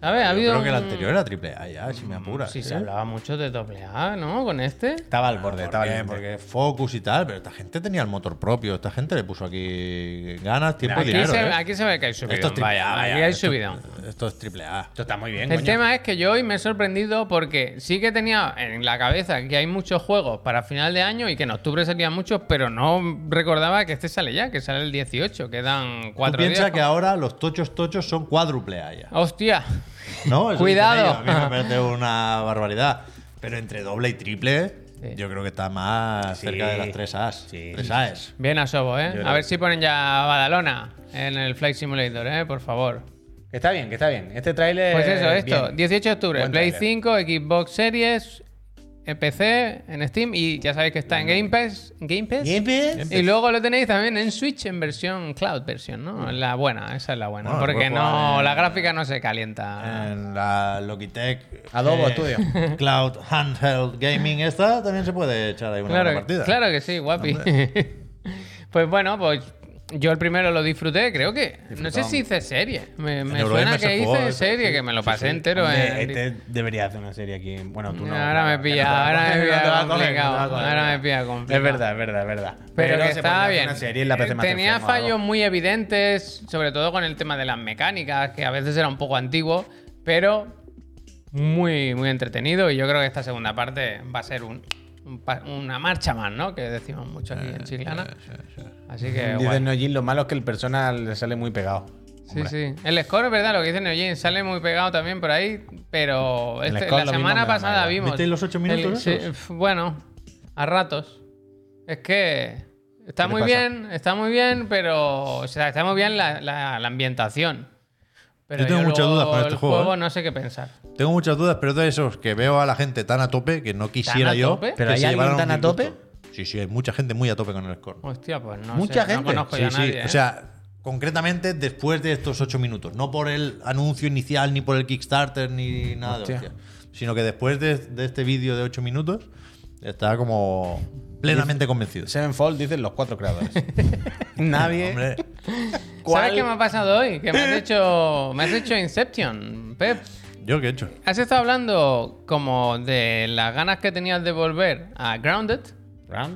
A: ¿Sabes? Ha habido.
B: Creo que el
A: un-
B: anterior era triple A, ya, si me
D: Mm,
B: apuras.
A: Sí,
B: ¿eh?
A: se hablaba mucho de doble A, ¿no? Con este.
D: Estaba al borde, estaba al
B: Porque, porque
D: límite.
B: Focus y tal, pero esta gente tenía el motor propio. Esta gente le puso aquí ganas, tiempo y
A: Aquí,
B: dinero.
A: se,
B: ¿eh?
A: aquí se ve que hay subidón.
B: Esto es triple
A: vaya,
B: A, vaya,
A: aquí hay
B: esto-
A: subidón.
B: Esto es triple A.
D: Esto está muy bien,
A: El
D: coño.
A: tema es que yo hoy me he sorprendido porque sí que tenía en la cabeza que hay muchos juegos para final de año y que en octubre salían muchos, pero no recordaba que este sale ya, que sale el 18, quedan
B: Tú
A: cuatro
B: piensas
A: días.
B: que ahora los tochos tochos son cuádruple A ya.
A: ¡Hostia!
B: ¿no? Eso
A: Cuidado.
B: dicen ellos. A mí me parece una barbaridad. Pero entre doble y triple,
A: Sí.
B: yo creo que está más
D: Sí.
B: cerca de las tres As.
D: Sí.
B: Tres As.
A: Bien a Sobo, ¿eh?
B: Yo
A: A
B: creo
A: ver
B: que-
A: si ponen ya Badalona en el Flight Simulator, ¿eh? Por favor.
D: Que Está bien, que está bien. Este tráiler.
A: Pues eso, esto.
D: bien.
A: 18 de octubre.
D: Buen
A: Play
D: tráiler.
A: 5, Xbox Series, en PC, en Steam y ya sabéis que está en Game Pass. Game Pass.
D: Gameplay.
A: Y luego lo tenéis también en Switch en versión cloud versión, ¿no? La buena, esa es la buena.
B: Bueno,
A: porque
B: pues,
A: no,
B: eh,
A: la gráfica no se calienta.
D: Eh,
B: En la Logitech.
D: Adobe
B: eh,
D: Studio.
B: Cloud Handheld Gaming, esta también se puede echar ahí una buena
A: claro,
B: partida.
A: claro que sí, guapi. pues bueno, pues yo el primero lo disfruté, creo que. No sé si hice serie. Me, me
B: Eurogame
A: suena
B: se
A: que
B: jugó,
A: hice
B: eso,
A: serie,
B: sí.
A: que me lo
B: Sí,
A: pasé
B: sí.
A: entero
D: Hombre,
A: en.
D: Este debería hacer una serie aquí. Bueno, tú no.
A: Ahora me
D: claro,
A: pilla,
D: que no te va-
A: ahora me
D: que no
A: pilla
D: te va a coger,
A: complicado,
D: que no te va a coger.
A: ahora me pilla complicado.
D: Es verdad, es verdad, es verdad.
A: Pero, que
D: se podría
A: estaba
D: hacer
A: bien.
D: Una serie en la PC más
A: Tenía
D: enferma,
A: fallos
D: ¿no?
A: muy evidentes, sobre todo con el tema de las mecánicas, que a veces era un poco antiguo, pero muy, muy entretenido. Y yo creo que esta segunda parte va a ser un- un pa- una marcha más, ¿no? Que decimos mucho aquí
D: Eh,
A: en Chiclana. Así que.
D: Dice
A: guay.
D: Nojin, lo malo es que el persona le sale muy pegado.
A: Sí, sí. El score es verdad, lo que dice Neojin, sale muy pegado también por ahí, pero este-
D: score
A: la
D: lo vimos
A: semana
D: en la
A: pasada
D: manga.
A: vimos.
B: ¿Visteis los ocho minutos
A: sí,
B: esos?
A: f- bueno, a ratos. Es que está
D: ¿Qué le
A: muy
D: pasa?
A: bien, está muy bien, pero o sea, está muy bien la, la- la ambientación. Pero
B: Yo tengo muchas
A: luego
B: dudas con
A: el
B: este juego, ¿eh?
A: no sé qué pensar.
B: Tengo muchas dudas, pero es de esos que veo a la gente tan a tope que no quisiera
A: a
B: yo.
A: tope?
B: que
D: ¿Pero hay
B: se
D: alguien
B: llevaran un
D: tan a
B: disgusto.
D: tope?
B: Sí, sí, hay mucha gente muy a tope con el score.
A: Hostia, pues no
D: Mucha
A: sé,
D: gente.
A: no conozco yo a
B: Sí, sí.
A: nadie. ¿eh?
B: O sea, concretamente después de estos ocho minutos. No por el anuncio inicial, ni por el Kickstarter, ni nada de
D: Hostia.
B: hostia. Sino que después de, de este vídeo de ocho minutos, está como plenamente convencido.
D: Sevenfold dicen los cuatro creadores. Nadie.
B: Hombre,
A: ¿Sabes qué me ha pasado hoy? Que me has hecho, me has hecho Inception, Pep.
B: yo qué he hecho.
A: Has estado hablando como de las ganas que tenías de volver a Grounded.
B: Ah,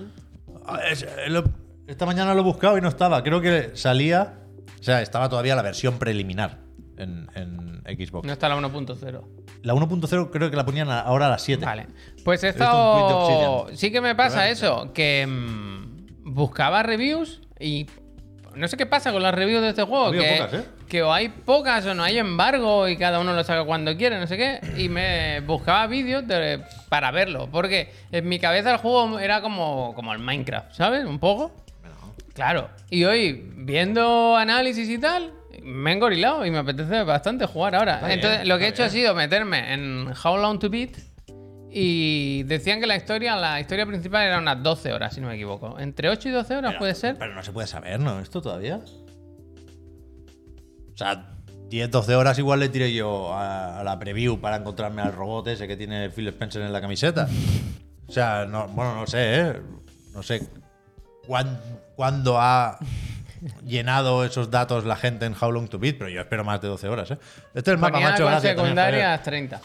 B: es- eh, lo- esta mañana lo he buscado y no estaba. Creo que salía. O sea, estaba todavía la versión preliminar en, en Xbox.
A: No está la 1.0.
B: La 1.0 creo que la ponían a- ahora a las 7.
A: Vale. Pues he
B: He visto un tweet de
A: estado.
B: Obsidian.
A: Sí que me pasa eso, que mm, buscaba reviews y. No sé qué pasa con las reviews de este juego.
B: Ha habido
A: que,
B: pocas, ¿eh?
A: que o hay pocas o no hay embargo y cada uno lo saca cuando quiere, no sé qué. Y me buscaba vídeos de- para verlo. Porque en mi cabeza el juego era como, como el Minecraft, ¿sabes? Un poco. Claro. Y hoy, viendo análisis y tal, me he engorilado y me apetece bastante jugar ahora.
B: Está bien,
A: Entonces, lo que he hecho
B: está
A: ha sido meterme en How Long to Beat y decían que la historia, la historia principal era unas 12 horas, si no me equivoco. Entre 8 y 12 horas puede ser.
B: Pero no se puede saber, ¿no? Esto todavía. O sea, 10, 12 horas igual le tiré yo a, a la preview para encontrarme al robot ese que tiene Phil Spencer en la camiseta. O sea, no, bueno, no sé, ¿eh? No sé cuán- cuándo ha llenado esos datos la gente en How Long to Beat, pero yo espero más de 12 horas, ¿eh? Este es el mapa, me
A: Ponía
B: ha hecho
A: con
B: gracia. también, Javier.
A: secundarias 30.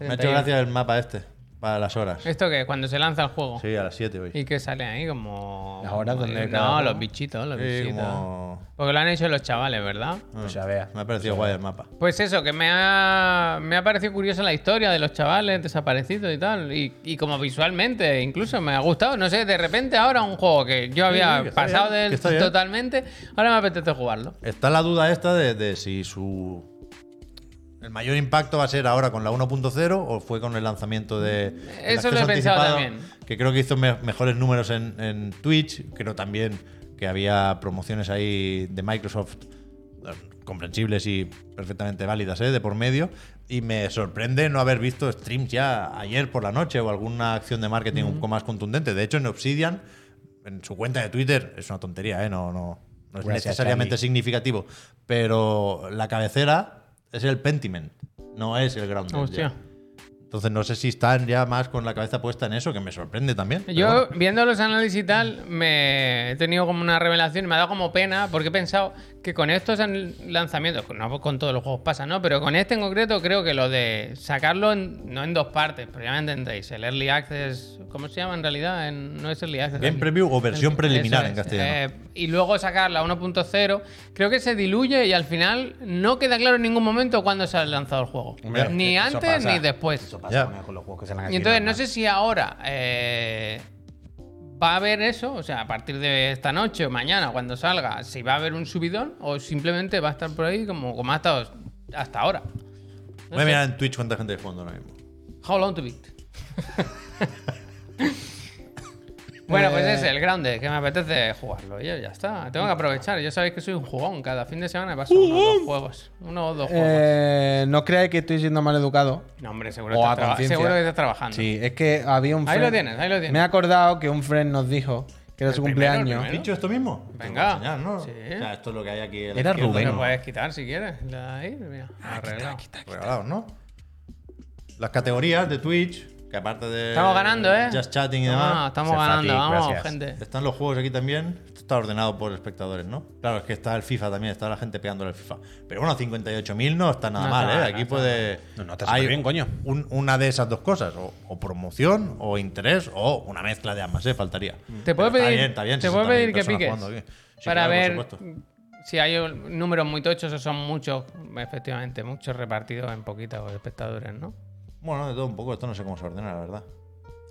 B: Me ha hecho
A: 31.
B: gracia el mapa este, para las horas.
A: ¿Esto qué? Cuando se lanza el juego.
B: Sí, a las 7 hoy.
A: ¿Y qué sale ahí? Como.
D: Las horas donde cada
A: No,
D: uno.
A: los bichitos, los
B: Sí,
A: bichitos.
B: como-
A: Porque lo han hecho los chavales, ¿verdad?
D: Pues ya vea.
B: Me ha parecido guay el mapa.
A: Pues eso, que me ha, me ha parecido curiosa la historia de los chavales desaparecidos y tal. Y, y como visualmente, incluso me ha gustado. No sé, de repente ahora un juego que yo había
B: sí, que está
A: pasado de
B: bien, que
A: él
B: está bien.
A: totalmente, ahora me apetece jugarlo.
B: Está la duda esta de, de si su. El mayor impacto va a ser ahora con la 1.0 o fue con el lanzamiento de. el
A: Eso lo
B: acceso
A: he pensado
B: anticipado,
A: también.
B: Que creo que hizo me- mejores números en, en Twitch. Creo también que había promociones ahí de Microsoft eh, comprensibles y perfectamente válidas, ¿eh? De por medio. Y me sorprende no haber visto streams ya ayer por la noche o alguna acción de marketing un poco más contundente. De hecho, en Obsidian, en su cuenta de Twitter, es una tontería, ¿eh? no, no, no es
D: Gracias,
B: necesariamente
D: Charlie.
B: significativo. Pero la cabecera es el Pentiment, no es el Grounded. ya.
A: Hostia.
B: Entonces no sé si están ya más con la cabeza puesta en eso, que me sorprende también. pero
A: Yo,
B: bueno.
A: viendo los análisis y tal, me he tenido como una revelación, me ha dado como pena, porque he pensado que con estos an- lanzamientos, no con todos los juegos pasa, ¿no? Pero con este en concreto creo que lo de sacarlo en- no en dos partes, pero ya me entendéis, el Early Access, ¿cómo se llama en realidad? En- no es Early Access.
B: Game
A: el-
B: Preview o versión
A: el-
B: preliminar
A: eso
B: en
A: es.
B: castellano.
A: Eh, y luego sacar la 1.0, creo que se diluye y al final no queda claro en ningún momento cuándo se ha lanzado el juego.
D: Hombre,
A: ni
D: eso
A: antes
D: pasa.
A: ni después.
D: Eso pasa
B: Ya.
D: con, con los juegos Ah, que salen aquí.
A: Y entonces, no sé
D: normal.
A: si ahora eh, va a haber eso, o sea, a partir de esta noche o mañana, cuando salga, si va a haber un subidón o simplemente va a estar por ahí como, como ha estado hasta ahora.
B: Voy a mirar en Twitch cuánta gente de fondo ahora mismo.
A: How long to beat. bueno,
D: Eh.
A: pues ese, el grande, que me apetece jugarlo. Yo ya está, tengo que aprovechar. Yo sabéis que soy un jugón, cada fin de semana paso uno o dos juegos. Uno o dos juegos.
D: Uh-huh. Eh, no creáis que estoy siendo mal educado.
A: no, hombre, seguro,
D: o a
A: estás traba-
D: conciencia.
A: seguro que estás trabajando.
D: Sí, es que había un
A: Ah, Ahí lo
D: friend-
A: tienes, ahí lo tienes.
D: Me he acordado que un friend nos dijo que era
A: El primero,
D: su
A: el
D: cumpleaños.
A: primero.
B: ¿Dicho esto mismo? Te
A: Venga.
B: voy a enseñar, ¿no?
A: Sí.
B: O sea, esto es lo que hay aquí. a la
D: Era
B: izquierda.
A: Te
D: Rubén.
A: lo puedes quitar si quieres. La- Ahí, mira.
D: Ah,
A: arreglado.
B: Regalados, ¿no? Las categorías de Twitch, que aparte de.
A: Estamos ganando, ¿eh?
B: Just chatting y
A: Toma,
B: demás.
A: estamos
C: Sefati,
A: ganando, vamos,
C: gracias.
A: gente.
B: Están los juegos aquí también. Esto está ordenado por espectadores, ¿no? Claro, es que está el FIFA también, está la gente pegándole al FIFA. Pero bueno, 58.000 no está nada
A: No
B: mal,
A: está
B: ¿eh?
A: mal,
B: Aquí
A: no está
B: puede.
D: No, no, está superbién, coño.
B: un- una de esas dos cosas, o, o promoción, o interés, o una mezcla de ambas, ¿eh? Faltaría.
A: Te
B: Pero
A: puedo
B: está
A: pedir-
B: bien, está bien,
A: te puedo
B: 60.000
A: pedir que
B: personas
A: piques
B: jugando aquí. Sí,
A: Para
B: claro, por
A: ver
B: supuesto.
A: si hay un- números muy tochos o son muchos, efectivamente, muchos repartidos en poquitos espectadores, ¿no?
B: Bueno, de todo un poco, esto no sé cómo se ordena, la verdad.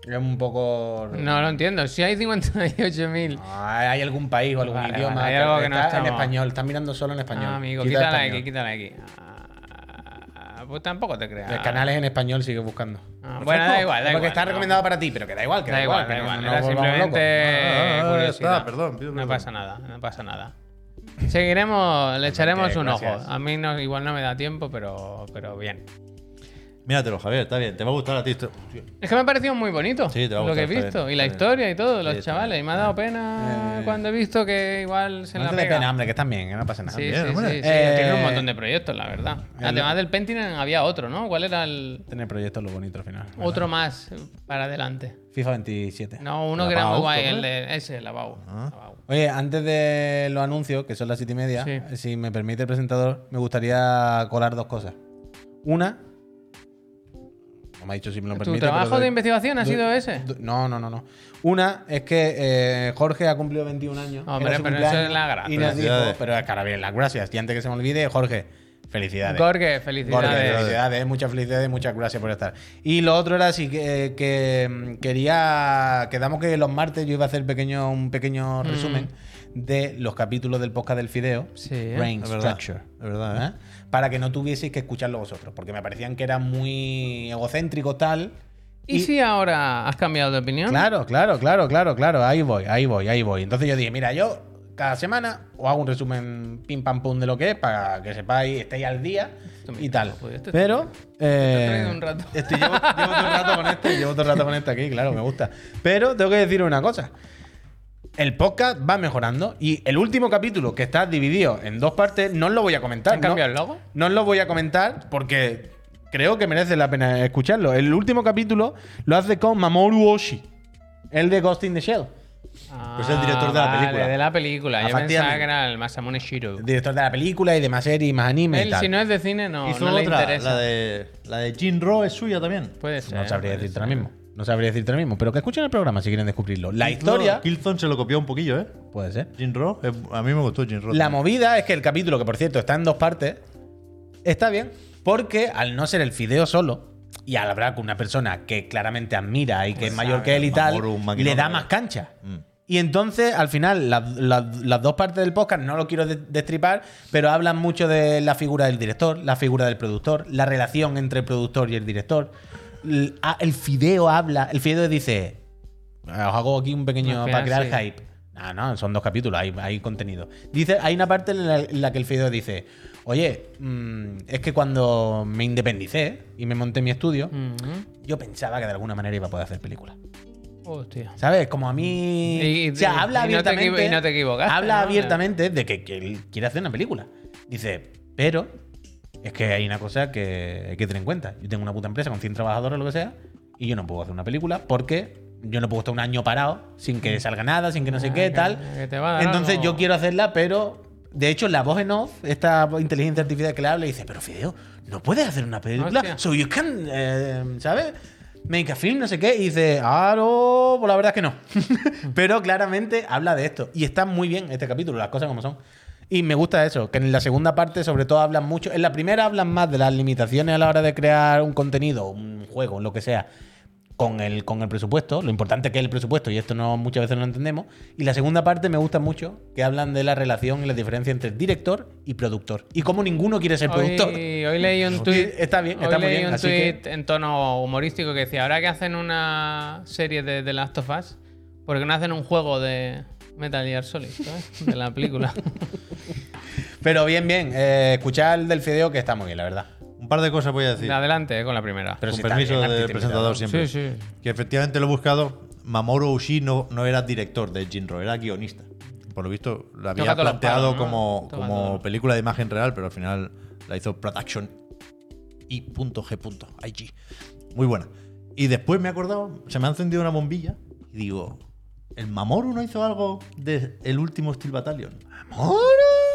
D: Es un poco.
A: No lo entiendo. Si hay 58.000.
D: No, hay algún país o algún
A: Vale,
D: idioma.
A: vale, hay algo que no
D: está
A: estamos.
D: en español. Estás mirando solo en español.
A: Ah, amigo,
D: Quita
A: quítala
D: español.
A: aquí, quítala aquí. Ah, pues tampoco te creas.
D: El canal es en español, sigue buscando.
A: Ah, bueno, da igual, da
D: Porque
A: igual,
D: está
A: no.
D: recomendado para ti, pero que da igual, que da,
A: Da igual,
D: que
A: da
D: no-
A: igual.
D: no
A: Era
D: nos volvamos
A: simplemente
B: Ah, ah, ah, ya
A: Eh, curiosidad.
B: está, perdón, pido
A: No
B: perdón.
A: pasa nada, no pasa nada. Seguiremos, le echaremos un ojo.
C: gracias.
A: A mí no, igual no me da tiempo, pero, pero bien.
B: Míratelo, Javier, está bien. Te va a gustar a ti. esto. Hostia.
A: Es que me ha parecido muy bonito
B: Sí, te va a
A: lo que he
B: gustar, está
A: visto.
B: bien,
A: y la
B: está
A: historia y todo, los
B: Sí, está
A: chavales. Y
B: bien.
A: me ha dado pena
D: Eh.
A: cuando he visto que igual se la
D: locos. No te dé
A: pega.
D: pena, hombre, que estás bien, que no pasa nada.
A: sí,
B: bien,
A: sí,
B: hombre.
A: sí, sí.
D: Eh,
A: Tiene un montón de proyectos, la verdad. Además del Pentinen había otro, ¿no? ¿Cuál era el
D: Tener proyectos lo bonito al final. ¿verdad?
A: otro más para adelante?
D: FIFA 27.
A: No, uno
B: La
A: que era muy
B: Bau,
A: guay,
B: ¿no?
A: el de ese, la Bau.
B: Ah.
A: La Bau.
D: Oye, antes de los anuncios, que son las 7 y media,
A: Sí.
D: si me permite el presentador, me gustaría colar dos cosas. Una, no me ha dicho si me lo permite.
A: ¿Tu
D: pero
A: trabajo
D: doy-
A: de investigación ha
D: doy-
A: sido ese?
D: do- No, no, no, no. Una es que eh, Jorge ha cumplido 21 años.
A: Hombre,
D: era su
A: pero eso
D: cumpleaños,
A: es la gracia.
D: Y nos dijo,
B: Felicidades.
D: pero es que ahora bien, las gracias. Y antes que se me olvide, Jorge, felicidades.
A: Gorge,
D: Gorge,
A: felicidades.
D: felicidades, muchas felicidades, muchas gracias por estar. Y lo otro era así que, que, mm, quería. Quedamos que los martes yo iba a hacer pequeño, un pequeño
B: Mm.
D: resumen de los capítulos del podcast del Fideo.
A: Sí, ¿eh?
D: Brain
B: Es verdad,
D: Structure.
B: es verdad, ¿eh?
D: ¿eh? Para que no tuvieseis que escucharlo vosotros. Porque me parecían que era muy egocéntrico tal.
A: ¿Y si ahora has cambiado de opinión?
D: Claro, claro, claro, claro, claro. Ahí voy, ahí voy, ahí voy. Entonces yo dije, mira, yo cada semana os hago un resumen pim pam pum de lo que es para que sepáis, estéis al día
A: me
D: y tal.
A: joder, este-
D: Pero. eh,
A: he traído un rato.
D: estoy- llevo, llevo todo el rato con este, llevo todo el rato con este aquí, claro, me gusta. Pero tengo que decir una cosa. El podcast va mejorando y el último capítulo, que está dividido en dos partes, no os lo voy a comentar.
A: ¿Han cambiado
D: no-
A: el logo?
D: no os lo voy a comentar porque creo que merece la pena escucharlo. El último capítulo lo hace con Mamoru Oshii, el de Ghost in the Shell,
B: Pues el director de la
A: Ah, vale,
B: película.
A: de la película. Yo pensaba
D: Efectivamente.
A: que era el Masamune Shiro.
D: el director de la película y de más series y más anime y
A: Él,
D: tal.
A: si no es de cine, no,
B: Hizo
A: no le
B: otra,
A: interesa.
B: la de, la de Jim Rowe es suya también.
A: Puede ser.
D: No sabría
A: puede
D: decirte
A: ser.
D: ahora mismo. No sabría decirte ahora mismo, pero que escuchen el programa si quieren descubrirlo. La historia
B: Kilton se lo copió un poquillo, ¿eh?
D: puede ser.
B: Jim Rowe, eh, a mí me gustó Jim Rowe.
D: La
B: también.
D: movida es que el capítulo, que por cierto está en dos partes, está bien, porque al no ser el fideo solo, y al hablar con una persona que claramente admira y que es mayor que él y tal,
B: Mamoru, Pues, un maquinón,
D: le da
B: ¿eh?
D: más cancha.
B: Mm.
D: Y entonces, al final, las, las- las dos partes del podcast, no lo quiero de- destripar, pero hablan mucho de la figura del director, la figura del productor, la relación entre el productor y el director. El, a- el fideo habla, el fideo dice, "Eh, os hago aquí un pequeño
A: Al final,
D: para crear
A: sí.
D: hype. Ah, no, son dos capítulos, hay, hay contenido. Dice, hay una parte en la, en la que el Fideo dice, Oye, mm, es que cuando me independicé y me monté mi estudio,
A: Mm. Mm-hmm.
D: yo pensaba que de alguna manera iba a poder hacer películas.
A: Hostia.
D: ¿Sabes? Como a mí.
A: Y- y-
D: o sea, habla
A: y no te equivo-
D: abiertamente.
A: y no te equivocaste,
D: Habla
A: ¿no?
D: abiertamente de que, que él quiere hacer una película. Dice, pero es que hay una cosa que hay que tener en cuenta. Yo tengo una puta empresa con 100 trabajadores o lo que sea, y yo no puedo hacer una película porque yo no puedo estar un año parado sin que salga nada, sin que no sé
A: Ah,
D: qué,
A: que-
D: tal.
A: que te va a dar
D: Entonces
A: algo.
D: yo quiero hacerla, pero. De hecho, la voz en off, esta inteligencia artificial que le habla, y dice, pero Fideo, no puedes hacer una película.
A: Hostia.
D: So you can, eh, ¿sabes? Make a film, no sé qué. Y dice, claro, pues la verdad es que no. Pero claramente habla de esto. Y está muy bien este capítulo, las cosas como son. Y me gusta eso, que en la segunda parte sobre todo hablan mucho. En la primera hablan más de las limitaciones a la hora de crear un contenido, un juego, lo que sea, con el, con el presupuesto, lo importante que es el presupuesto, y esto no muchas veces no lo entendemos. Y la segunda parte me gusta mucho, que hablan de la relación y la diferencia entre director y productor. Y cómo ninguno quiere ser productor.
A: Hoy, hoy leí un tuit.
D: Está bien,
A: hoy
D: está muy
A: leí
D: bien,
A: un
D: así
A: tuit en tono humorístico que decía: Ahora que hacen una serie de The Last of Us, ¿por qué no hacen un juego de Metal Gear Solid? ¿sabes? De la película.
D: Pero bien, bien. Eh, escuchar el del Fideo que está muy bien, la verdad.
B: Un par de cosas voy a decir.
A: Adelante eh, con la primera.
D: Pero
B: con
D: si está
B: permiso
D: bien, Arti,
B: del
D: te he
B: presentador
D: invitado.
B: siempre.
A: Sí, sí.
B: Que efectivamente lo he buscado. Mamoru Oshii no, no era director de Jinro, era guionista. Por lo visto, la había
A: Tócate los
B: planteado
A: palos, ¿no?
B: como,
A: Tócate
B: como
A: los-
B: película de imagen real, pero al final la hizo Production I.G. Muy buena. Y después me he acordado, se me ha encendido una bombilla y digo, ¿el Mamoru no hizo algo de el último Steel Battalion? ¿Mamoru?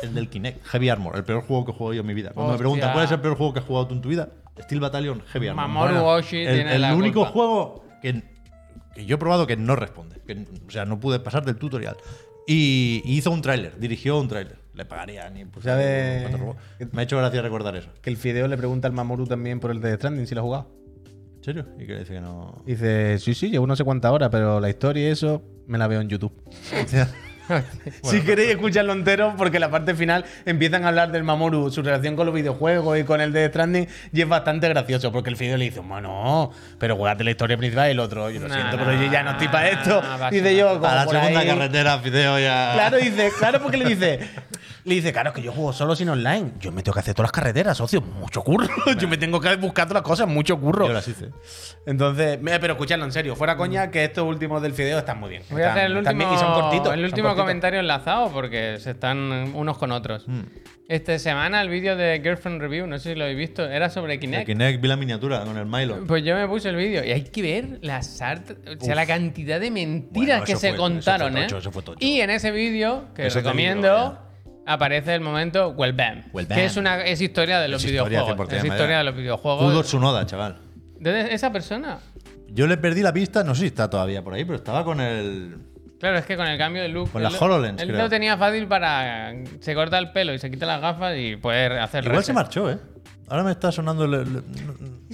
B: El del Kinect, Heavy Armor, el peor juego que he jugado yo en mi vida. Cuando me
A: Hostia.
B: preguntan, ¿cuál es el peor juego que has jugado tú en tu vida? Steel Battalion, Heavy Armor.
A: Mamoru Oshii
B: el,
A: tiene
B: el
A: la
B: único
A: culpa.
B: juego que, que yo he probado que no responde. que- o sea, no pude pasar del tutorial. Y, y hizo un tráiler, dirigió un tráiler. Le pagarían y pues,
D: ¿Sabe?
B: cuatro robos. Me ha hecho gracia recordar eso.
D: Que el Fideo le pregunta al Mamoru también por el de Stranding si lo ha jugado.
B: ¿En serio? Y que dice que no.
D: Dice, sí, sí, llevo no sé cuántas horas, pero la historia y eso me la veo en YouTube. si queréis escucharlo entero, porque la parte final empiezan a hablar del Mamoru, su relación con los videojuegos y con el de Stranding, y es bastante gracioso, porque el Fideo le dice, bueno, pero juegate la historia principal y el otro, yo lo
A: No,
D: siento,
A: no,
D: pero yo ya no estoy para esto.
A: no, basura.
D: dice yo, como
B: a la
D: por
B: segunda
D: ahí-
B: carretera, Fideo ya.
D: Claro, dice, claro, porque le dice. Le dice, claro, es que yo juego solo sin online. Yo me tengo que hacer todas las carreteras, socio. Mucho curro. Yo me tengo que buscar todas las cosas, mucho curro.
B: Yo las hice.
D: Entonces, me- pero escuchadlo en serio, fuera coña, que estos últimos del fideo están muy bien.
A: Voy a
D: Están-
A: hacer el
D: están bien
A: último,
D: y son cortitos.
A: el
D: son
A: último
D: cortitos. Mm.
A: comentario enlazado porque se están unos con otros. Esta semana el vídeo de Girlfriend Review, no sé si lo habéis visto, era sobre
B: El
A: Kinect.
B: Kinect vi la miniatura con el Milo.
A: Pues yo me puse el vídeo y hay que ver la sarta- o sea, la cantidad de mentiras
B: Bueno,
A: que
B: eso
A: se
B: fue- eso
A: contaron,
B: fue
A: ¿eh?
B: tocho, eso fue tocho.
A: Y en ese vídeo, que
B: Eso es de
A: recomiendo,
B: libro,
A: aparece el momento Well Bam,
B: Well Bam.
A: que es una es historia de los
B: Es historia,
A: videojuegos.
B: 100%
A: es
B: de
A: historia
B: manera.
A: de los
B: Fútbol
A: videojuegos.
B: Sunoda, chaval.
A: De esa persona.
B: Yo le perdí la pista, no sé si está todavía por ahí, pero estaba con el.
A: Claro, es que con el cambio de look.
B: Con la
A: él-
B: HoloLens,
A: Él
B: creo.
A: lo tenía fácil para. Se corta el pelo y se quita las gafas y poder hacer.
B: Igual se
A: reset.
B: marchó, ¿eh? Ahora me está sonando. Le, le-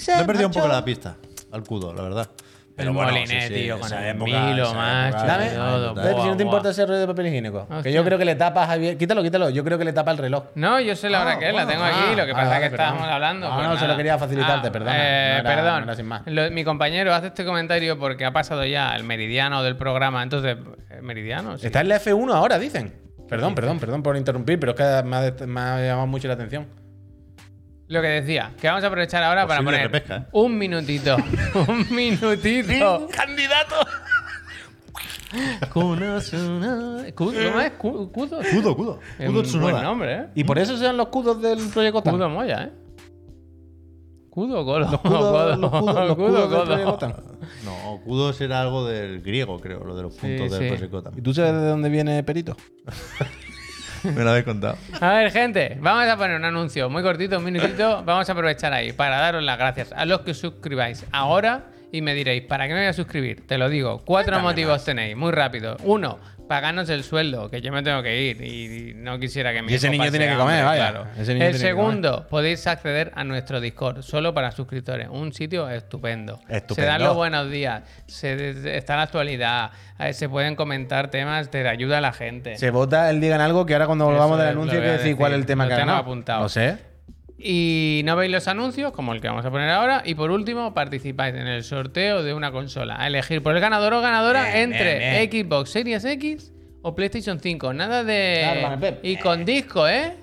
D: se
B: le he perdido un
D: marchó.
B: poco la pista al cudo, la verdad.
A: El moliné, tío, con el milo, macho,
D: Dame,
A: Todo,
D: Pepe,
A: buah,
D: si no
A: buah.
D: te importa ese rollo de papel higiénico. Que
A: Hostia.
D: yo creo que le tapa a Javier. Quítalo, quítalo. Yo creo que le tapa el reloj.
A: No, yo sé la hora que es, la tengo aquí, lo que
D: ah,
A: pasa es
D: vale,
A: que estábamos
D: perdón.
A: hablando.
D: No,
A: pues
D: no, se
A: nada.
D: lo quería facilitarte, perdona,
A: eh,
D: no era-
A: perdón.
D: no era sin más.
A: Lo- mi compañero hace este comentario porque ha pasado ya el meridiano del programa, entonces, eh, ¿meridiano? Sí.
D: Está en la F1 ahora, dicen. Perdón, perdón, perdón por interrumpir, pero es que me ha, dest- me ha llamado mucho la atención.
A: Lo que decía, que vamos a aprovechar ahora para
B: Posible
A: poner
B: repesca, ¿eh?
A: un minutito, un minutito.
D: ¡Candidato!
A: Kudo- ¿Cómo es? Ku- Kudo.
B: Kudo, Kudo.
A: pues. Es
B: Kudo
A: Un buen
B: Tsunoda.
A: nombre, ¿eh?
D: Y por eso sean los cudos del proyecto Gotham.
A: Kudo Moya, ¿eh? Kudo Godo.
D: Los cudos,
A: Godo.
D: los cudos,
A: Kudo
D: los cudos del
A: Godo.
D: Project Gotham.
B: No, Kudo era algo del griego, creo, lo de los puntos
A: sí.
B: del Project Gotham.
D: ¿Y tú sabes de dónde viene Perito?
B: Me lo habéis contado.
A: A ver, gente, vamos a poner un anuncio muy cortito, un minutito. Vamos a aprovechar ahí para daros las gracias a los que os suscribáis ahora y me diréis, ¿para qué me voy a suscribir? Te lo digo, cuatro motivos tenéis, muy rápido. Uno, pagarnos el sueldo, que yo me tengo que ir y no quisiera que mi
D: Y ese
A: hijo
D: niño
A: pase
D: tiene que
A: hambre,
D: comer, vaya. Ese niño
A: El
D: tiene que
A: segundo, podéis acceder a nuestro Discord, solo para suscriptores. Un sitio estupendo. Se
D: Estupendo.
A: dan los buenos días, se de- está la actualidad, eh, se pueden comentar temas, te ayuda a la gente.
D: Se vota el Digan Algo, que ahora cuando volvamos
A: Eso
D: del
A: es, lo
D: anuncio hay
A: voy
D: que
A: a
D: decir
A: decir.
D: cuál es el tema
A: Lo
D: que ha
A: tengo
D: ganado.
A: apuntado.
D: No sé.
A: Y no veis los anuncios, como el que vamos a poner ahora. Y por último, participáis en el sorteo de una consola. A elegir por el ganador o ganadora
D: Bien,
A: entre
D: bien,
A: Xbox Series X o PlayStation 5. Nada de.
D: Claro, vale, Pep.
A: y con disco, ¿eh?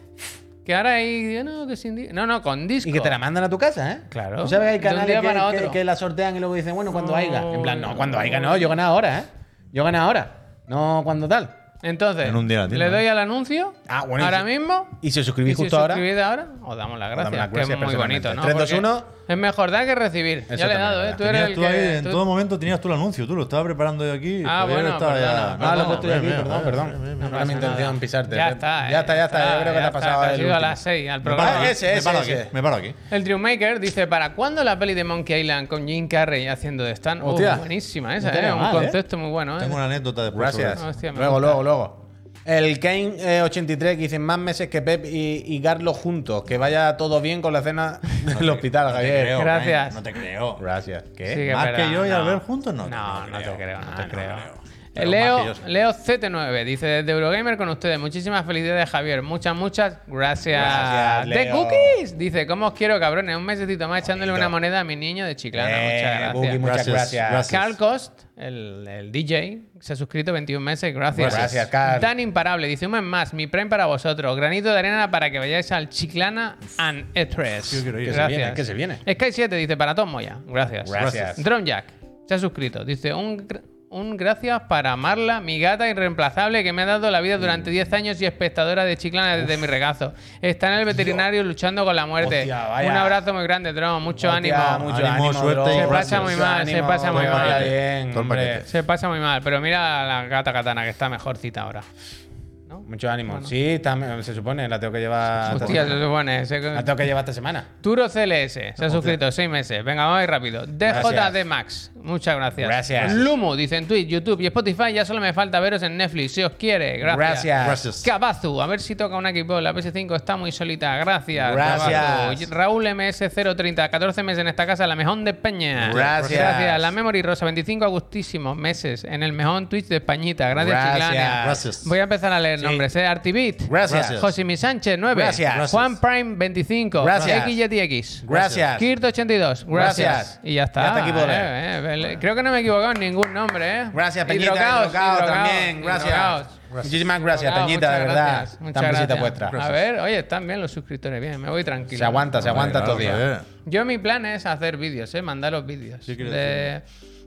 A: Que ahora hay. No, que sin di- No, no, con disco.
D: Y que te la mandan a tu casa, ¿eh?
A: Claro.
D: Tú sabes que
A: De
D: hay
A: un
D: canales
A: día
D: que,
A: para
D: que-
A: otro.
D: que la sortean y luego dicen, bueno, cuando
A: No,
D: haiga. En plan, no,
A: no.
D: cuando haiga no, yo gano ahora, ¿eh? Yo gano ahora. No cuando tal.
A: Entonces,
B: En un día la tienda,
A: le doy al anuncio
D: Ah, bueno, y
A: ahora
D: si-
A: mismo.
D: Y si os suscribís
A: si
D: justo ahora.
A: suscribís ahora, os damos las gracias.
C: damos las
A: que es
C: gracias
A: muy bonito, ¿no?
C: personalmente. 3, 2,
A: Porque
C: 1.
A: Es mejor dar que recibir. Ya le he dado, ¿eh? Tú eres
B: Tenías
A: el
B: tú
A: que.
B: ahí, en
A: tú-
B: todo momento tenías tú el anuncio, tú lo estabas preparando de aquí.
A: Ah,
B: Javier
A: bueno,
B: estaba ya-
A: perdona.
B: No,
D: Ah,
B: no,
D: lo he puesto yo
B: bien,
D: aquí,
B: bien,
D: perdón,
B: bien,
D: perdón.
B: bien, bien,
A: Ah,
D: No
B: bien.
D: era mi intención pisarte.
A: Ya está, eh,
D: Ya está, ya está. Yo creo que te
A: ya
D: ha pasado
A: está, te has
D: el
A: ido a
D: último.
A: las 6 al
B: Me
A: programa.
B: paro aquí,
D: Ese,
B: me
D: ese,
B: paro
D: ese.
B: aquí, me paro aquí.
A: El Dreammaker dice: ¿Para cuándo la peli de Monkey Island con Jim Carrey haciendo de stand? Uh,
D: Hostia.
A: buenísima
D: No
A: esa,
D: te
A: ¿eh?
D: veo
A: Un
D: mal, ¿eh?
A: concepto muy bueno, ¿eh?
B: Tengo una anécdota después. sobre
C: Gracias.
B: eso.
A: Hostia, me
D: luego,
A: gusta.
D: luego, luego. El Kane eh, 83 que dice más meses que Pep y, y Carlos juntos. Que vaya todo bien con la cena del hospital,
B: No te
D: Javier.
B: creo,
A: Gracias.
B: Jaime, No te creo.
D: Gracias. ¿Qué?
A: Sí,
B: ¿Más
A: verdad,
B: que yo y Albert juntos? No,
A: No, no te creo, no te creo.
B: Pero más que
A: Leo,
B: yo sí.
A: Leo CT9 dice desde Eurogamer con ustedes. Muchísimas felicidades, Javier. Muchas, muchas gracias.
D: Gracias,
A: ¡De
D: Leo.
A: cookies! Dice, ¿cómo os quiero, cabrones? Un mesecito más echándole
B: Bonito.
A: una moneda a mi niño de Chiclana.
D: Eh,
A: muchas
D: Buki,
A: gracias.
D: muchas
B: Gracias,
D: gracias.
B: gracias.
A: Carl Cost, el, el DJ, se ha suscrito 21 meses, gracias.
D: Gracias, Carl.
A: Tan imparable, dice un mes más, mi prime para vosotros, granito de arena para que vayáis al Chiclana and E3.
B: Yo quiero ir. Que
D: se viene, que se viene.
A: Sky 7 dice para Tom Moya, gracias.
D: Gracias.
A: Drone Jack, se ha suscrito, dice un, gr- un gracias para Marla, mi gata irreemplazable que me ha dado la vida durante 10 años y espectadora de Chiclana desde mi regazo. Está en el veterinario luchando con la muerte.
D: Hostia, vaya.
A: Un abrazo muy grande, Drone, mucho
D: Hostia,
A: ánimo.
D: Mucho ánimo,
B: Ánimo, suerte
D: bro.
B: y
A: Se pasa muy mal, se
D: Ánimo,
A: pasa muy
D: todo el
A: mal.
D: paquete.
B: Todo el
D: hombre.
B: paquete.
A: Se pasa muy mal, pero mira a la gata katana que está mejorcita ahora. ¿no?
D: Mucho ánimo.
A: Bueno.
D: Sí, está- se supone, la tengo que llevar. esta
A: Hostia,
D: semana.
A: se supone. se-
D: La tengo que llevar esta semana.
A: Turo CLS, se ha suscrito seis meses. Venga, vamos a ir rápido. DJD Max, muchas gracias.
D: Gracias.
A: Lumo, dice en Twitch, YouTube y Spotify, ya solo me falta veros en Netflix, si os quiere. Gracias.
D: Gracias.
B: Gracias.
A: Cabazu, a ver si toca una equipo. La PS5 está muy solita. Gracias.
D: Gracias.
A: Cabazu. Raúl MS030, 14 meses en esta casa, la mejor de Peña.
D: Gracias.
A: Gracias. La Memory Rosa, 25 agustísimos meses en el mejor Twitch de Españita. Gracias,
D: Gracias.
A: Chiclana.
B: Gracias.
A: Voy a empezar a leer nombres, ¿eh? Artibit.
D: Gracias.
B: Gracias.
A: Josimi Sánchez, 9.
D: Gracias.
A: Juan Prime, 25.
D: Gracias.
A: XYTX.
D: Gracias.
A: Kirt82, gracias.
D: Gracias.
A: Y ya está.
D: Ya está aquí, Boler.
A: eh, eh, vele- Creo que no me he equivocado en ningún nombre, ¿eh?
D: Gracias, Peñita.
A: Hidrocaos,
D: Hidrocaos
A: hidrocaos,
D: también. Gracias.
A: hidrocaos.
D: Muchísimas gracias,
A: Hidrocaos,
D: Peñita, de
A: muchas
D: verdad.
A: gracias,
D: Tan
A: muchas
D: visita
A: gracias.
D: vuestra.
A: A ver, oye, están bien los suscriptores, bien, me voy tranquilo.
D: Se aguanta, se aguanta
B: Claro,
D: todo el día.
B: Javier.
A: Yo mi plan es hacer vídeos, ¿eh? Mandaros vídeos.
B: Sí, quiero
A: de-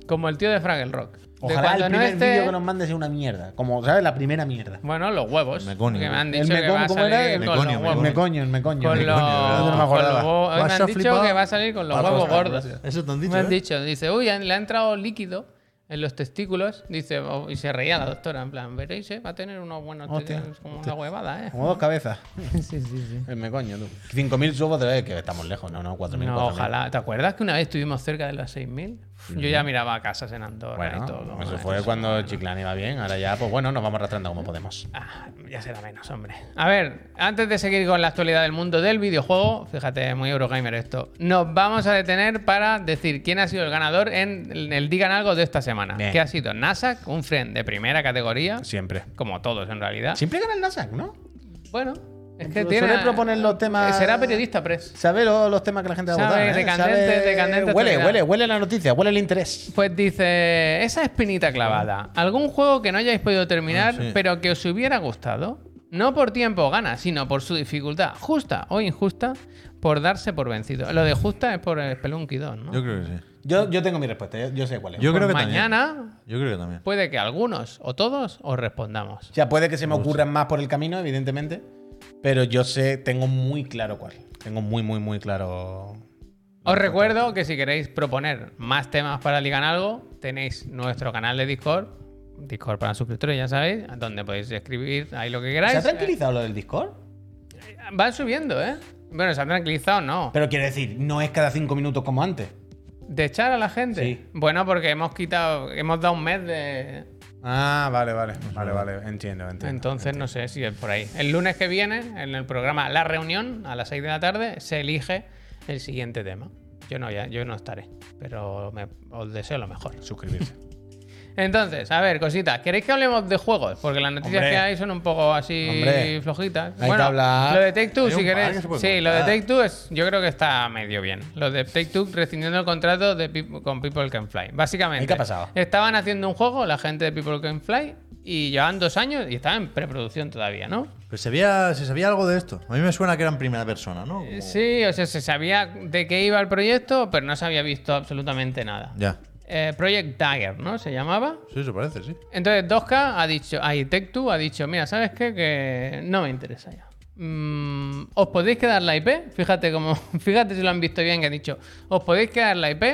A: Como el tío de Fraggle Rock. De
D: Ojalá el
A: cuando no
D: primer
A: esté-
D: vídeo que nos mandes sea una mierda. Como, ¿sabes? La primera mierda.
A: Bueno, los huevos.
B: Meconio.
A: Que me han
D: El
A: dicho que va
D: mecón,
A: a
D: ¿cómo era?
A: salir
D: El
A: con los
B: meconio,
A: huevos.
D: Me coño, me coño.
A: Con
D: me
A: los,
D: coño, ¿verdad? Yo no me acordaba.
A: con los huevos.
B: Vas
A: Me
B: a
A: han dicho
B: flipar.
A: que va a salir con los
B: Vas a
A: huevos
B: flipar.
A: gordos.
B: Eso te han dicho,
A: Me han
B: ¿eh?
A: dicho, dice, uy, han- le ha entrado líquido en los testículos. Dice, oh, y se reía la doctora, en plan, veréis, eh, va a tener unos buenos
D: Hostia.
A: testículos, como una huevada, eh.
D: Como dos cabezas.
A: sí, sí, sí.
D: El me coño, tú. 5.000 subos de vez, que estamos lejos, no, no, 4.000.
A: No,
D: 4.000.
A: ojalá. ¿Te acuerdas que una vez estuvimos cerca de los 6.000? Yo ya miraba casas en Andorra y todo.
D: Bueno, eso
A: ¿eh?
D: fue cuando Chiclán iba bien. Ahora ya, pues bueno, nos vamos arrastrando como podemos.
A: Ah, ya será menos, hombre. A ver, antes de seguir con la actualidad del mundo del videojuego, fíjate, muy Eurogamer esto. Nos vamos a detener para decir quién ha sido el ganador en el- el Digan Algo de esta semana.
D: Bien.
A: Que ha sido Nasak, un friend de primera categoría,
D: Siempre.
A: como todos en realidad.
D: Siempre gana el Nasac, ¿no?
A: Bueno, es que
D: Suele
A: tiene.
D: proponer los temas-
A: Será periodista press.
D: Sabe lo- los temas que la gente va a
A: Sabe,
D: votar. ¿eh?
A: decandente, decandente
D: Huele,
A: actualidad.
D: huele, huele la noticia, huele el interés.
A: Pues dice, esa espinita clavada. ¿Algún juego que no hayáis podido terminar,
B: Ah, sí.
A: pero que os hubiera gustado? No por tiempo o gana, sino por su dificultad, justa o injusta, por darse por vencido. Lo de justa es por el Spelunky 2, ¿no?
B: Yo creo que sí.
D: Yo, yo tengo mi respuesta, yo, yo sé cuál es.
B: Yo
A: Pues
B: creo que
A: mañana
B: también. Yo creo que también.
A: puede que algunos o todos os respondamos.
D: O sea, puede que se me ocurran más por el camino, evidentemente. Pero yo sé, tengo muy claro cuál. Tengo muy, muy, muy claro.
A: Os recuerdo que si queréis proponer más temas para Ligan Algo, tenéis nuestro canal de Discord, Discord para suscriptores, ya sabéis, donde podéis escribir ahí lo que
D: ¿Se ha
A: queráis.
D: tranquilizado lo del Discord?
A: Van subiendo, ¿eh? Bueno, se han tranquilizado, no.
D: Pero quiero decir, no es cada cinco minutos como antes.
A: ¿De echar a la gente?
D: Sí.
A: Bueno, porque hemos quitado, hemos dado un mes de...
D: Ah, vale, vale. Vale, vale. Entiendo, entiendo.
A: Entonces no sé si es por ahí. El lunes que viene, en el programa La Reunión, a las 6 de la tarde, se elige el siguiente tema. Yo no, ya, yo no estaré, pero me- os deseo lo mejor.
D: Suscribirse.
A: Entonces, a ver, cositas. ¿Queréis que hablemos de juegos? Porque las noticias
D: Hombre.
A: que hay son un poco así
D: Hombre.
A: flojitas.
D: que
A: bueno,
D: hablar.
A: lo de Take Two,
B: Hay
A: si
B: un par
A: queréis.
B: que se puede
A: Sí, lo de
B: comentar.
A: Take Two es, yo creo que está medio bien. Lo de Take Two rescindiendo el contrato de Peop- con People Can Fly. Básicamente.
D: ¿Y qué ha pasado?
A: Estaban haciendo un juego, la gente de People Can Fly, y llevaban dos años y estaban en preproducción todavía, ¿no?
B: Pero se, veía, se sabía algo de esto. A mí me suena que era en primera persona, ¿no? Como-
A: Sí, o sea, se sabía de qué iba el proyecto, pero no se había visto absolutamente nada.
B: Ya.
A: Eh, Project Dagger, ¿no? Se llamaba.
B: Sí, se parece, sí.
A: Entonces 2K ha dicho, ahí Tech2 ha dicho, mira, ¿sabes qué? Que no me interesa ya. Mm, os podéis quedar la IP, fíjate como, fíjate si lo han visto bien que ha dicho, os podéis quedar la IP,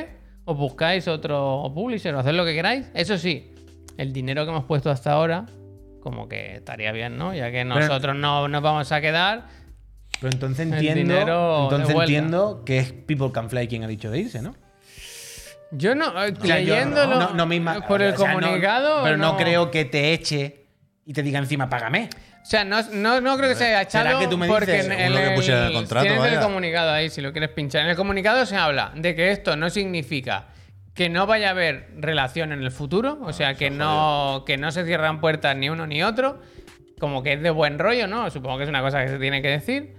A: os buscáis otro publisher, o haced lo que queráis. Eso sí, el dinero que hemos puesto hasta ahora, como que estaría bien, ¿no? Ya que nosotros no nos vamos a quedar.
D: Pero entonces
A: El
D: entiendo,
A: dinero de
D: entonces
A: vuelta.
D: entiendo que es People Can Fly quien ha dicho de irse, ¿no?
A: Yo no, eh,
D: O sea, yo
A: leyéndolo
D: no- no me ima-
A: por el
D: o sea, no-
A: comunicado.
D: pero no. creo que te eche y te diga encima, págame.
A: O sea, no, no, no creo que se haya
D: ¿Será
A: echado
D: que tú me
A: porque
D: dices?
A: en
B: Según lo que pusiera en el contrato,
A: tienes el
B: vaya.
A: comunicado ahí, si lo quieres pinchar. En el comunicado se habla de que esto no significa que no vaya a haber relación en el futuro, o
D: Ah,
A: sea, que no, que no se cierran puertas ni uno ni otro, como que es de buen rollo, ¿no? Supongo que es una cosa que se tiene que decir.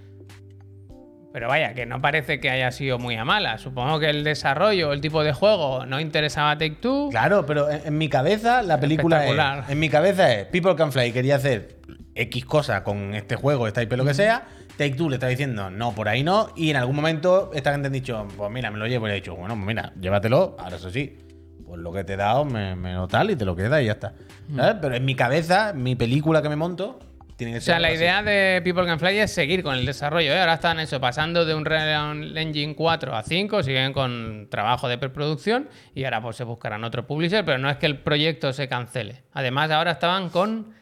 A: Pero vaya, que no parece que haya sido muy a mala. Supongo que el desarrollo, el tipo de juego, no interesaba a Take Two.
D: Claro, pero en, en mi cabeza la película
A: Espectacular.
D: es. En mi cabeza es People Can Fly quería hacer X cosa con este juego, esta IP, lo que sea. Take Two le está diciendo no, por ahí no. Y en algún momento esta gente han dicho, pues mira, me lo llevo. Y le he dicho, bueno, pues mira, llévatelo. Ahora eso sí, pues lo que te he dado me, me lo tal y te lo queda y ya está. ¿Sabes? Pero en mi cabeza, mi película que me monto, tiene que
A: O
D: ser.
A: sea, la
D: algo así.
A: idea de People Can Fly es seguir con el desarrollo. ¿eh? Ahora están eso, pasando de un Real Engine 4 a 5, siguen con trabajo de preproducción y ahora pues se buscarán otro publisher, pero no es que el proyecto se cancele. Además, ahora estaban con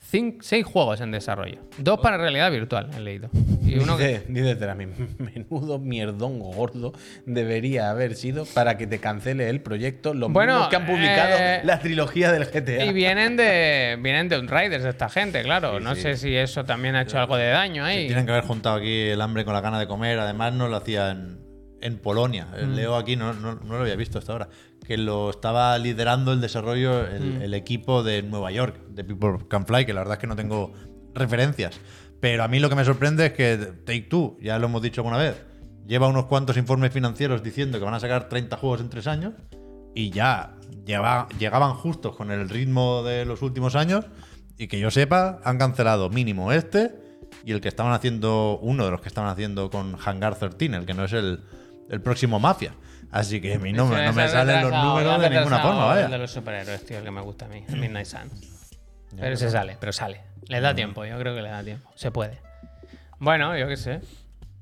A: 6 juegos en desarrollo. Dos para realidad virtual, he leído. Y uno que...
D: Dice, dice Terami, menudo mierdongo gordo debería haber sido para que te cancele el proyecto los
A: Bueno,
D: mismos que han publicado
A: eh,
D: la trilogía del GTA.
A: Y vienen de vienen de Riders esta gente, claro. no
D: sí.
A: sé si eso también ha hecho algo de daño ahí.
B: Tienen que haber juntado aquí el hambre con la gana de comer. Además, no lo hacían en Polonia. Leo aquí, no, no- no lo había visto hasta ahora. Que lo estaba liderando el desarrollo el, el equipo de Nueva York, de People Can Fly, que la verdad es que no tengo referencias. Pero a mí lo que me sorprende es que Take Two, ya lo hemos dicho alguna vez, lleva unos cuantos informes financieros diciendo que van a sacar 30 juegos en tres años y ya lleva- llegaban justos con el ritmo de los últimos años y que yo sepa han cancelado mínimo este y el que estaban haciendo uno de los que estaban haciendo con Hangar 13 el que no es el, el próximo Mafia así que a mí no, me- no me
A: Ese
B: salen los
A: retrasado,
B: números de
A: retrasado,
B: ninguna forma
A: El de
B: vaya
A: los superhéroes, tío, el que me gusta a mí, el Midnight Suns. Pero se sale, pero sale. Le
B: Mm.
A: da tiempo, yo creo que le da tiempo. Se puede. Bueno, yo qué sé.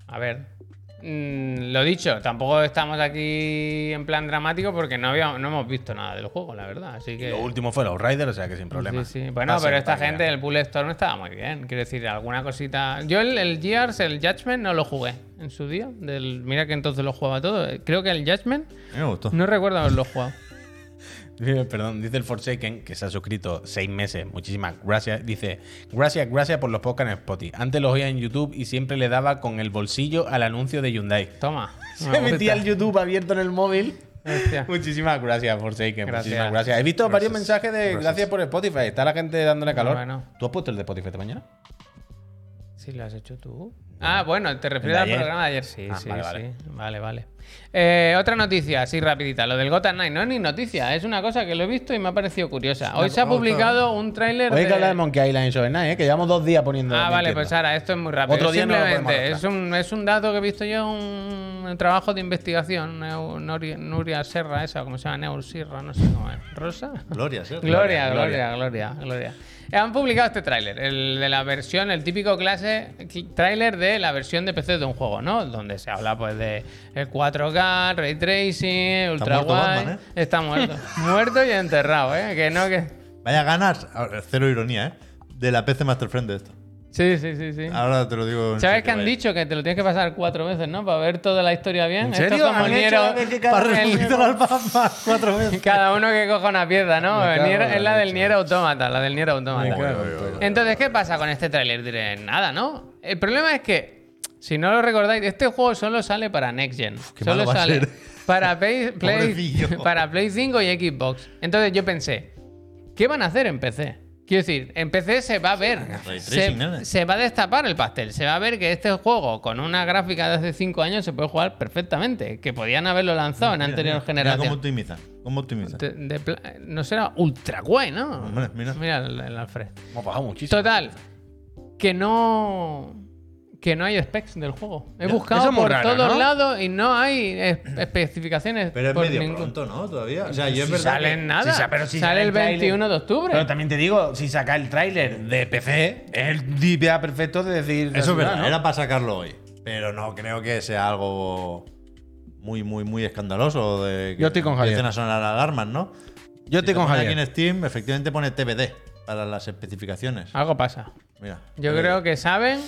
A: A ver. Mm, lo dicho, tampoco estamos aquí en plan dramático porque no, había, no hemos visto nada del juego, la verdad. Así que.
D: Lo último fue los Riders, o sea que sin problema.
A: Sí, sí. Bueno,
D: Pasen
A: pero esta
D: página.
A: gente, el Bullet Storm estaba muy bien. Quiero decir, alguna cosita. Yo el, el Gears, el Judgment, no lo jugué en su día. Del, mira que entonces lo jugaba todo. Creo que el Judgment.
B: A mí me gustó
A: No recuerdo haberlo jugado.
D: Eh, Perdón, dice el Forsaken, que se ha suscrito seis meses. Muchísimas gracias. Dice, gracias, gracias por los podcasts en Spotify. Antes los oía en YouTube y siempre le daba con el bolsillo al anuncio de Hyundai.
A: Toma.
D: Se metía el YouTube abierto en el móvil.
A: Hostia.
D: Muchísimas gracias, Forsaken.
A: Gracias.
D: Muchísimas gracias. He visto varios mensajes de gracias. por Spotify. Está la gente dándole calor.
A: Bueno.
D: ¿Tú has puesto el de Spotify esta mañana?
A: Sí, lo has hecho tú. Ah, bueno, te refieres
D: de
A: al
D: ayer.
A: programa de ayer. Sí,
D: Ah,
A: sí,
D: vale,
A: sí.
D: vale.
A: Vale, vale. Eh, otra noticia, así rapidita. Lo del Gotham Knight. No es ni noticia, es una cosa que lo he visto y me ha parecido curiosa. Hoy se ha publicado un tráiler
D: Hoy hay que hablar
A: de...
D: de Monkey Island y Shovel Knight, ¿eh? que llevamos dos días poniendo.
A: Ah,
D: en
A: vale,
D: tienda.
A: pues ahora, esto es muy rápido.
D: Otro día no lo podemos
A: Simplemente, es,
D: arrastrar.
A: un, es un dato que he visto yo, un trabajo de investigación. Neu- Nuri- Nuria Serra, esa, ¿cómo se llama? Neur Sierra, no sé cómo es. ¿Rosa?
B: Gloria ¿sí?
A: Gloria, gloria, gloria, gloria. Han publicado este tráiler, el de la versión, el típico clase cl- tráiler de la versión de PC de un juego, ¿no? Donde se habla pues de el 4K, ray tracing, ultra
B: muerto
A: wide.
D: ¿eh?
B: Batman,
A: Está muerto, muerto y enterrado, ¿eh? Que no que
B: vaya ganas ahora, cero ironía eh de la PC Master Friend de esto
A: Sí, sí, sí, sí.
D: Ah,
B: ahora te lo digo en
A: ¿Sabes
B: serio,
A: que han
B: vaya.
A: dicho que te lo tienes que pasar cuatro veces, ¿no? Para ver toda la historia bien.
D: ¿En
A: Esto es
D: serio?
A: como
D: ¿Han
A: el
D: hecho la
A: Nier-
D: vez que cada
B: para
A: el-
B: resucitar al Batman cuatro veces
A: Cada uno que coja una pieza, ¿no?
D: Me
A: El
D: cago
A: Nier-
D: en la
A: es la del
D: leche.
A: Nier Automata, la del Nier
D: Me cago en
A: Automata.
B: pues.
D: todo.
A: Entonces, ¿qué pasa con este tráiler? Diré, nada, ¿no? El problema es que, si no lo recordáis, este juego solo sale para Next Gen.
B: qué
A: solo
B: malo va a
A: sale
B: ser.
A: para Play, Play-
B: Pobrecillo.
A: para Play 5 y Xbox. Entonces yo pensé, ¿qué van a hacer en PC? Quiero decir, en PC se va a ver,
B: Ray
A: se,
B: tracing, nene.
A: se va a destapar el pastel, se va a ver que este juego con una gráfica de hace 5 años se puede jugar perfectamente, que podían haberlo lanzado en
B: Mira,
A: anterior
B: mira, mira
A: generación.
B: cómo optimizan cómo optimizan
A: De- de pla- no será ultra guay, ¿no?
B: Hombre, mira.
A: el, el Alfred.
D: Hemos bajado muchísimo.
A: Total. que no. Que no hay specs del juego. He buscado
D: eso es muy
A: por
D: raro,
A: todos
D: ¿no?
A: lados y no hay es- especificaciones.
B: Pero es
A: por
B: medio
A: ningún-
B: pronto, ¿no? Todavía. O sea, yo es
D: Si
B: verdad.
A: Sale en
B: que-
A: nada.
D: Sí, sa- pero si
A: sale
D: sale
A: el
D: el tráiler.
A: 21 de octubre.
D: Pero también te digo, si saca el tráiler de PC, es el DPA perfecto de decir.
B: Eso es verdad,
D: ¿no?
B: era para sacarlo hoy. Pero no creo que sea algo muy, muy, muy escandaloso. De que
D: Yo estoy con Javier.
B: Empiecen a sonar alarmas, ¿no?
D: Yo
B: Si
D: estoy
B: te
D: con
B: pone
D: Javier.
B: ¿eh? Aquí en Steam, efectivamente pone TBD para las especificaciones.
A: Algo pasa.
B: Mira.
A: Ah.
B: Eh,
A: Yo creo que saben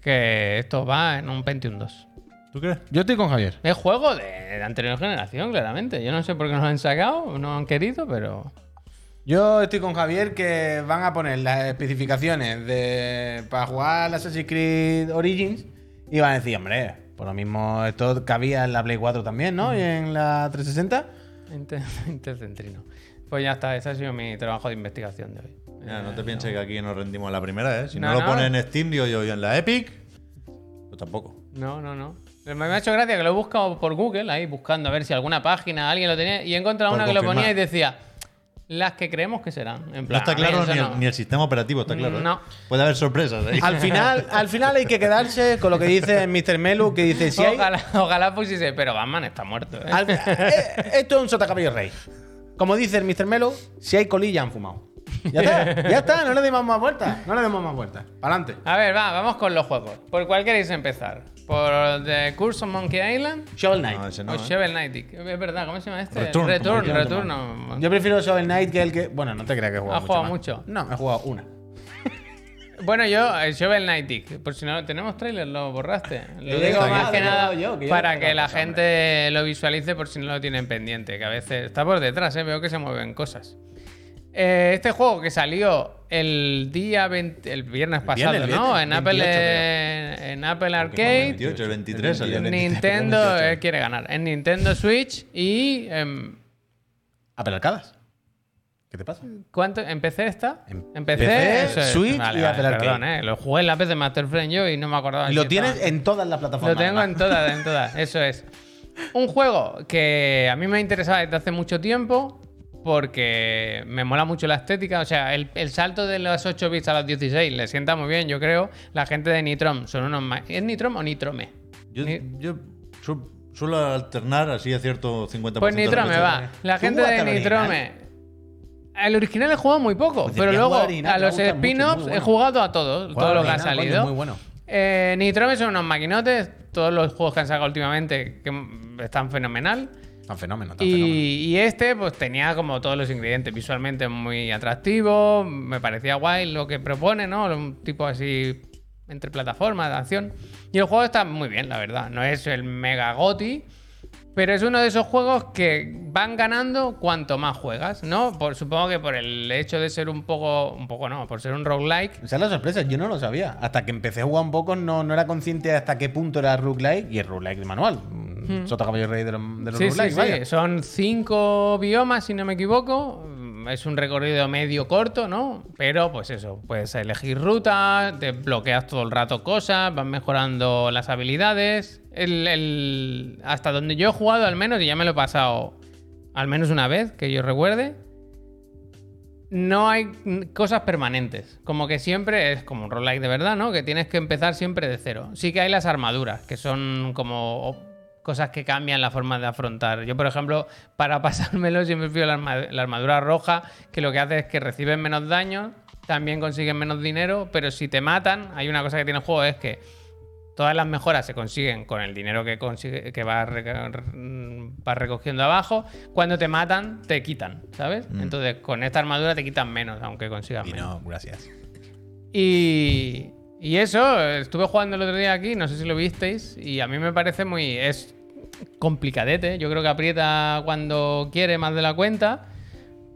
A: que esto va en un Pentium 2.
B: ¿Tú crees?
D: Yo estoy con Javier.
A: Es juego de, de anterior generación, claramente. Yo no sé por qué no lo han sacado, no han querido, pero.
D: Yo estoy con Javier que van a poner las especificaciones de para jugar al Assassin's Creed Origins y van a decir, hombre, por lo mismo esto cabía en la Play 4 también, ¿no? Y en la 360.
A: Inte- Intercentrino. Pues ya está, ese ha sido mi trabajo de investigación de hoy.
D: Ah,
A: Eh,
B: Mira, no te pienses que aquí nos rendimos a la primera, ¿eh? Si no,
A: No,
B: lo
A: no.
B: ponen en Steam, digo yo, y en la Epic, yo tampoco.
A: No, no, no. Pero Me me ha hecho gracia que lo he buscado por Google, ahí buscando a ver si alguna página, alguien lo tenía, y he encontrado
B: Por
A: una que lo
B: confirmar.
A: ponía y decía, las que creemos que serán. En
B: No
A: plan,
B: está
A: a mí
B: claro
A: eso
B: ni
A: no.
B: el, ni el sistema operativo, está claro. ¿eh?
A: No.
B: Puede haber sorpresas ¿eh? ahí.
D: Al final, al final hay que quedarse con lo que dice Mr. Melu, que dice, si hay,
A: Ojalá, ojalá pusiese, pero Batman está muerto. ¿eh?
D: al- eh, esto es un sotacaballo rey. Como dice el Mr. Melu, si hay colilla han fumado. Ya está, ya está, no le demos más vueltas, no le demos más vueltas. Adelante.
A: A ver, va, vamos con los juegos. ¿Por cuál queréis empezar? ¿Por The Curse of Monkey Island?
D: Shovel Knight.
B: No, ese
A: o
B: no, ¿eh?
A: Shovel Knight. Es verdad, ¿cómo se llama este?
B: Return,
A: Return,
B: como
A: Return, no.
D: Yo prefiero Shovel Knight que el que. Bueno, no te creas que he jugado
A: ¿Has
D: mucho.
A: jugado
D: más.
A: mucho?
D: No, he jugado una.
A: Bueno, yo, el Shovel Knight Dick, por si no tenemos trailer, lo borraste. Lo
D: Lo he
A: digo
D: dejado
A: más
D: yo,
A: que
D: lo he
A: nada
D: dejado yo, que yo
A: para
D: no
A: que
D: tengo
A: la
D: cosa,
A: gente lo visualice por si no lo tienen pendiente, que a veces está por detrás, ¿eh? veo que se mueven cosas. Eh, este juego que salió el día 20 el viernes pasado, ¿no?
B: el viernes,
A: En Apple,
D: 28
A: eh, en Apple
B: El
A: Arcade,
B: 28, el 23 salió.
D: El
A: Nintendo eh, quiere ganar, en Nintendo Switch y em,
D: Apple Arcadas. ¿Qué te pasa?
A: ¿Cuánto? ¿Empecé esta?
D: Em-
A: Empecé,
D: PC,
A: eso es.
D: Switch y Apple Arcade.
A: Perdón, eh. Lo jugué en la PC Master Friend yo y no me acordaba.
D: Lo
A: si
D: tienes
A: estaba-
D: en todas las plataformas.
A: Ah, Lo tengo en
D: además.
A: todas, en todas. Eso es. Un juego que a mí me interesaba desde hace mucho tiempo porque me mola mucho la estética. O sea, el, el salto de los 8 bits a los 16 le sienta muy bien, yo creo. La gente de Nitrom son unos más. ¿Es Nitrom o Nitrome?
B: Yo,
A: Ni-
B: yo su- suelo alternar así a cierto 50%.
A: Pues
B: de las
A: Nitrome
B: veces.
A: va. La
D: ¿Tú
A: gente de
D: jugaste al original?
A: Nitrome. El original he jugado muy poco, pero
D: deberías
A: luego
D: jugar al original,
A: a
D: te
A: los
D: gusta mucho, es muy
A: spin-offs he
D: bueno.
A: jugado a todos,
D: Juega
A: todo lo
D: al
A: que ha
D: original, coño,
A: salido.
D: Muy bueno.
A: Eh, Nitrome son unos maquinotes, todos los juegos que han sacado últimamente que mm, están fenomenal.
D: Tan fenómeno, tan fenómeno.
A: Y, y este, pues tenía como todos los ingredientes. Visualmente muy atractivo. Me parecía guay lo que propone, ¿no? Un tipo así entre plataformas, de acción. Y el juego está muy bien, la verdad. No es el mega goti. Pero es uno de esos juegos que van ganando cuanto más juegas, ¿no? Por, supongo que por el hecho de ser un poco. Un poco no, por ser un roguelike.
D: Esa es la sorpresa, yo no lo sabía. Hasta que empecé a jugar un poco, no, no era consciente de hasta qué punto era roguelike y el roguelike de manual. Mm, Sota caballo rey de los, de los
A: Sí, sí,
D: roguelikes,
A: sí.
D: vaya.
A: Son cinco biomas, si no me equivoco. Mm, Es un recorrido medio corto, ¿no? Pero pues eso, puedes elegir rutas, te bloqueas todo el rato cosas, vas mejorando las habilidades. El- el- hasta donde yo he jugado al menos, y ya me lo he pasado al menos una vez, que yo recuerde, no hay mm, cosas permanentes. Como que siempre es como un roguelike de verdad, ¿no? Que tienes que empezar siempre de cero. Sí que hay las armaduras, que son como o- cosas que cambian la forma de afrontar. Yo, por ejemplo, para pasármelo siempre pido la, arma- la armadura roja, que lo que hace es que reciben menos daño, también consiguen menos dinero, pero si te matan, hay una cosa que tiene el juego, es que todas las mejoras se consiguen con el dinero que, consigue, que vas, reca- mm, vas recogiendo abajo. Cuando te matan, te quitan, ¿sabes? Entonces, con esta armadura te quitan menos, aunque consigas
D: Y
A: menos.
D: no, gracias.
A: Y, y eso, estuve jugando el otro día aquí, no sé si lo visteis, y a mí me parece muy... Es complicadete, yo creo que aprieta cuando quiere más de la cuenta,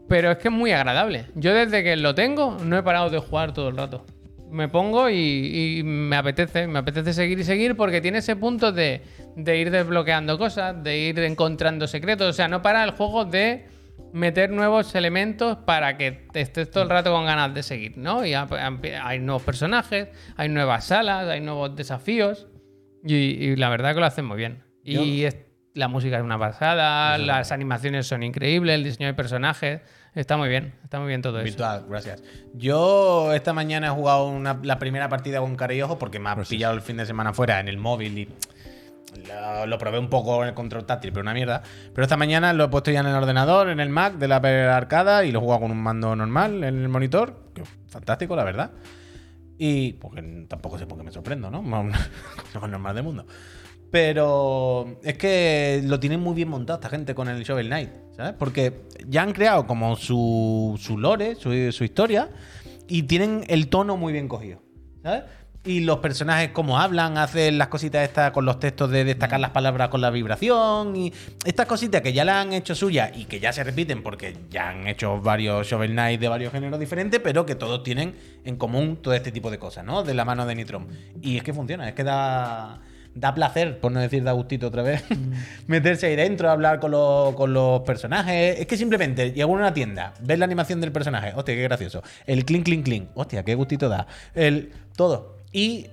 A: pero es que es muy agradable. Yo desde que lo tengo no he parado de jugar todo el rato. Me pongo y, y me apetece, me apetece seguir y seguir porque tiene ese punto de, de ir desbloqueando cosas, de ir encontrando secretos, o sea, no para el juego de meter nuevos elementos para que te estés todo el rato con ganas de seguir, ¿no? Y a- a- hay nuevos personajes, hay nuevas salas, hay nuevos desafíos y, y la verdad que lo hacen muy bien. Y es- La música es una pasada, las animaciones son increíbles, el diseño de personajes. Está muy bien, está muy bien todo eso.
D: Virtual, gracias. Yo esta mañana he jugado una- la primera partida con cara y ojo porque me ha pillado el fin de semana fuera en el móvil y lo, lo probé un poco en el control táctil, pero una mierda. Pero esta mañana lo he puesto ya en el ordenador, en el Mac de la Apple arcada y lo he jugado con un mando normal en el monitor. que fantástico, la verdad. Y porque tampoco sé por qué me sorprendo, ¿no? Lo más normal del mundo. Pero es que lo tienen muy bien montado esta gente con el Shovel Knight, ¿sabes? Porque ya han creado como su, su lore, su, su historia, y tienen el tono muy bien cogido, ¿sabes? Y los personajes como hablan, hacen las cositas estas con los textos de destacar las palabras con la vibración y estas cositas que ya las han hecho suyas y que ya se repiten porque ya han hecho varios Shovel Knight de varios géneros diferentes, pero que todos tienen en común todo este tipo de cosas, ¿no? De la mano de Nitron. Y es que funciona, es que da da placer, por no decir da gustito otra vez, meterse ahí dentro, hablar con los, con los personajes. Es que simplemente llego a una tienda, ves la animación del personaje, hostia, qué gracioso. El clink, clink, clink, hostia, qué gustito da. El todo. Y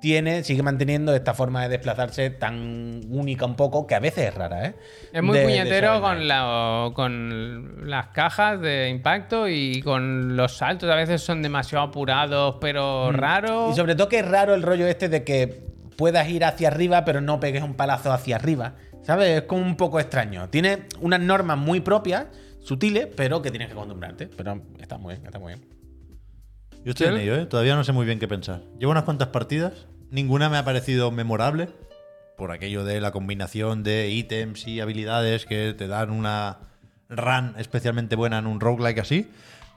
D: tiene, sigue manteniendo esta forma de desplazarse tan única un poco, que a veces es rara, ¿eh?
A: Es muy
D: De- de
A: puñetero
D: Shovel
A: con,
D: Knight.
A: la, con las cajas de impacto y con los saltos. A veces son demasiado apurados, pero
B: Mm.
A: raros.
D: Y sobre todo que es raro el rollo este de que puedas ir hacia arriba, pero no pegues un palazo hacia arriba. ¿Sabes? Es como un poco extraño. Tiene unas normas muy propias, sutiles, pero que tienes que acostumbrarte. Pero está muy bien, está muy bien.
B: Yo estoy en
A: ¿Sí?
B: ello, ¿eh? Todavía no sé muy bien qué pensar. Llevo unas cuantas partidas, ninguna me ha parecido memorable, por aquello de la combinación de ítems y habilidades que te dan una run especialmente buena en un roguelike así,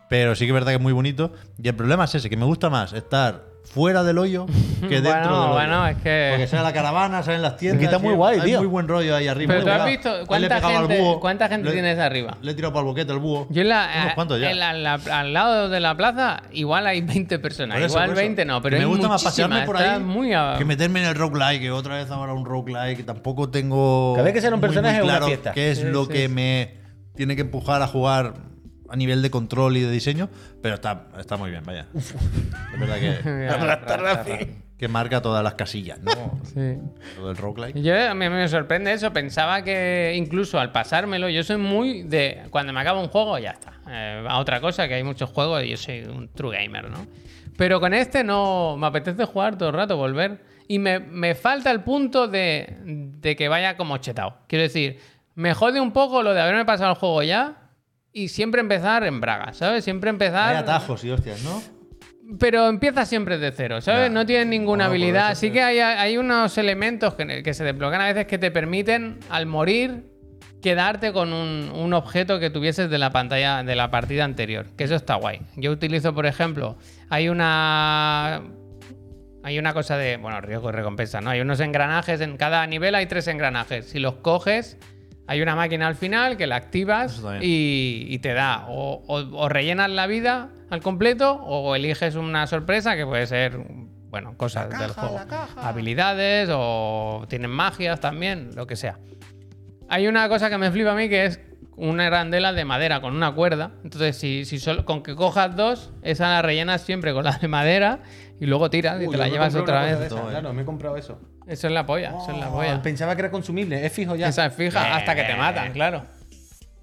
B: pero sí que es verdad que es muy bonito. Y el problema es ese, que me gusta más estar fuera del hoyo que dentro del
A: bueno,
B: hoyo.
A: bueno, es
B: Porque
A: que.
B: sale la caravana, salen las tiendas.
D: Es Eh. que está
B: sí,
D: muy guay,
B: hay
D: tío.
B: muy buen rollo ahí arriba.
A: Pero
B: Le
A: tú
B: he
A: has
B: pegado-
A: visto
B: le he
A: cuánta
B: pegado al
A: gente-
B: búho,
A: cuánta gente
B: le-
A: tienes arriba.
B: Le he tirado para el boquete al búho.
A: Yo en la- eh,
B: Unos cuantos ya.
A: en la- la- al lado de la plaza, igual hay 20 personas.
B: Por eso,
A: igual
B: por eso.
A: 20 no, pero
B: Que me
A: hay
B: gusta más
A: muchísimas.
B: pasearme por
A: Está
B: ahí
A: muy a-
B: que meterme en el roguelike, que otra vez ahora un roguelike, que tampoco tengo
D: Cada vez que ser un
B: muy, muy
D: personaje es una
B: claro
D: fiesta.
B: qué es
A: Sí,
B: lo
A: sí, sí.
B: que me tiene que empujar a jugar a nivel de control y de diseño, pero está, está muy bien, vaya. Es verdad que, que marca todas las casillas, ¿no?
A: Sí.
B: Lo del roguelike.
A: Yo a mí me sorprende eso. Pensaba que incluso al pasármelo, yo soy muy de cuando me acaba un juego ya está. Eh, a otra cosa que hay muchos juegos y yo soy un true gamer, ¿no? Pero con este no me apetece jugar todo el rato, volver y me, me falta el punto de, de que vaya como chetado. Quiero decir, me jode un poco lo de haberme pasado el juego ya. Y siempre empezar en Braga, ¿sabes? Siempre empezar.
B: Hay atajos y hostias, ¿no?
A: Pero empieza siempre de cero, ¿sabes?
B: Ya.
A: No tienes ninguna
B: No, por
A: habilidad.
B: eso
A: Así
B: sí.
A: que hay, hay unos elementos que, que se desbloquean a veces que te permiten, al morir, quedarte con un, un objeto que tuvieses de la pantalla de la partida anterior. Que eso está guay. Yo utilizo, por ejemplo, hay una. Hay una cosa de. Bueno, riesgo y recompensa, ¿no? Hay unos engranajes. En cada nivel hay tres engranajes. Si los coges. Hay una máquina al final que la activas
B: Eso está bien.
A: y y, y te da o, o- o rellenas la vida al completo o eliges una sorpresa que puede ser bueno cosas del juego habilidades o tienen magias también lo que sea hay una cosa que me flipa a mí que es una arandela de madera con una cuerda. Entonces, si, si solo, con que cojas dos, esa la rellenas siempre con la de madera y luego tiras y
D: Uy,
A: te la
D: yo me
A: llevas
D: compré
A: otra
D: una cosa de
A: vez.
D: esas, claro, me he comprado eso.
A: Eso es la polla, eso es la
D: Oh,
A: polla.
D: Pensaba que era consumible, es fijo ya. Eh,
A: Esa es fija hasta que te matan, claro.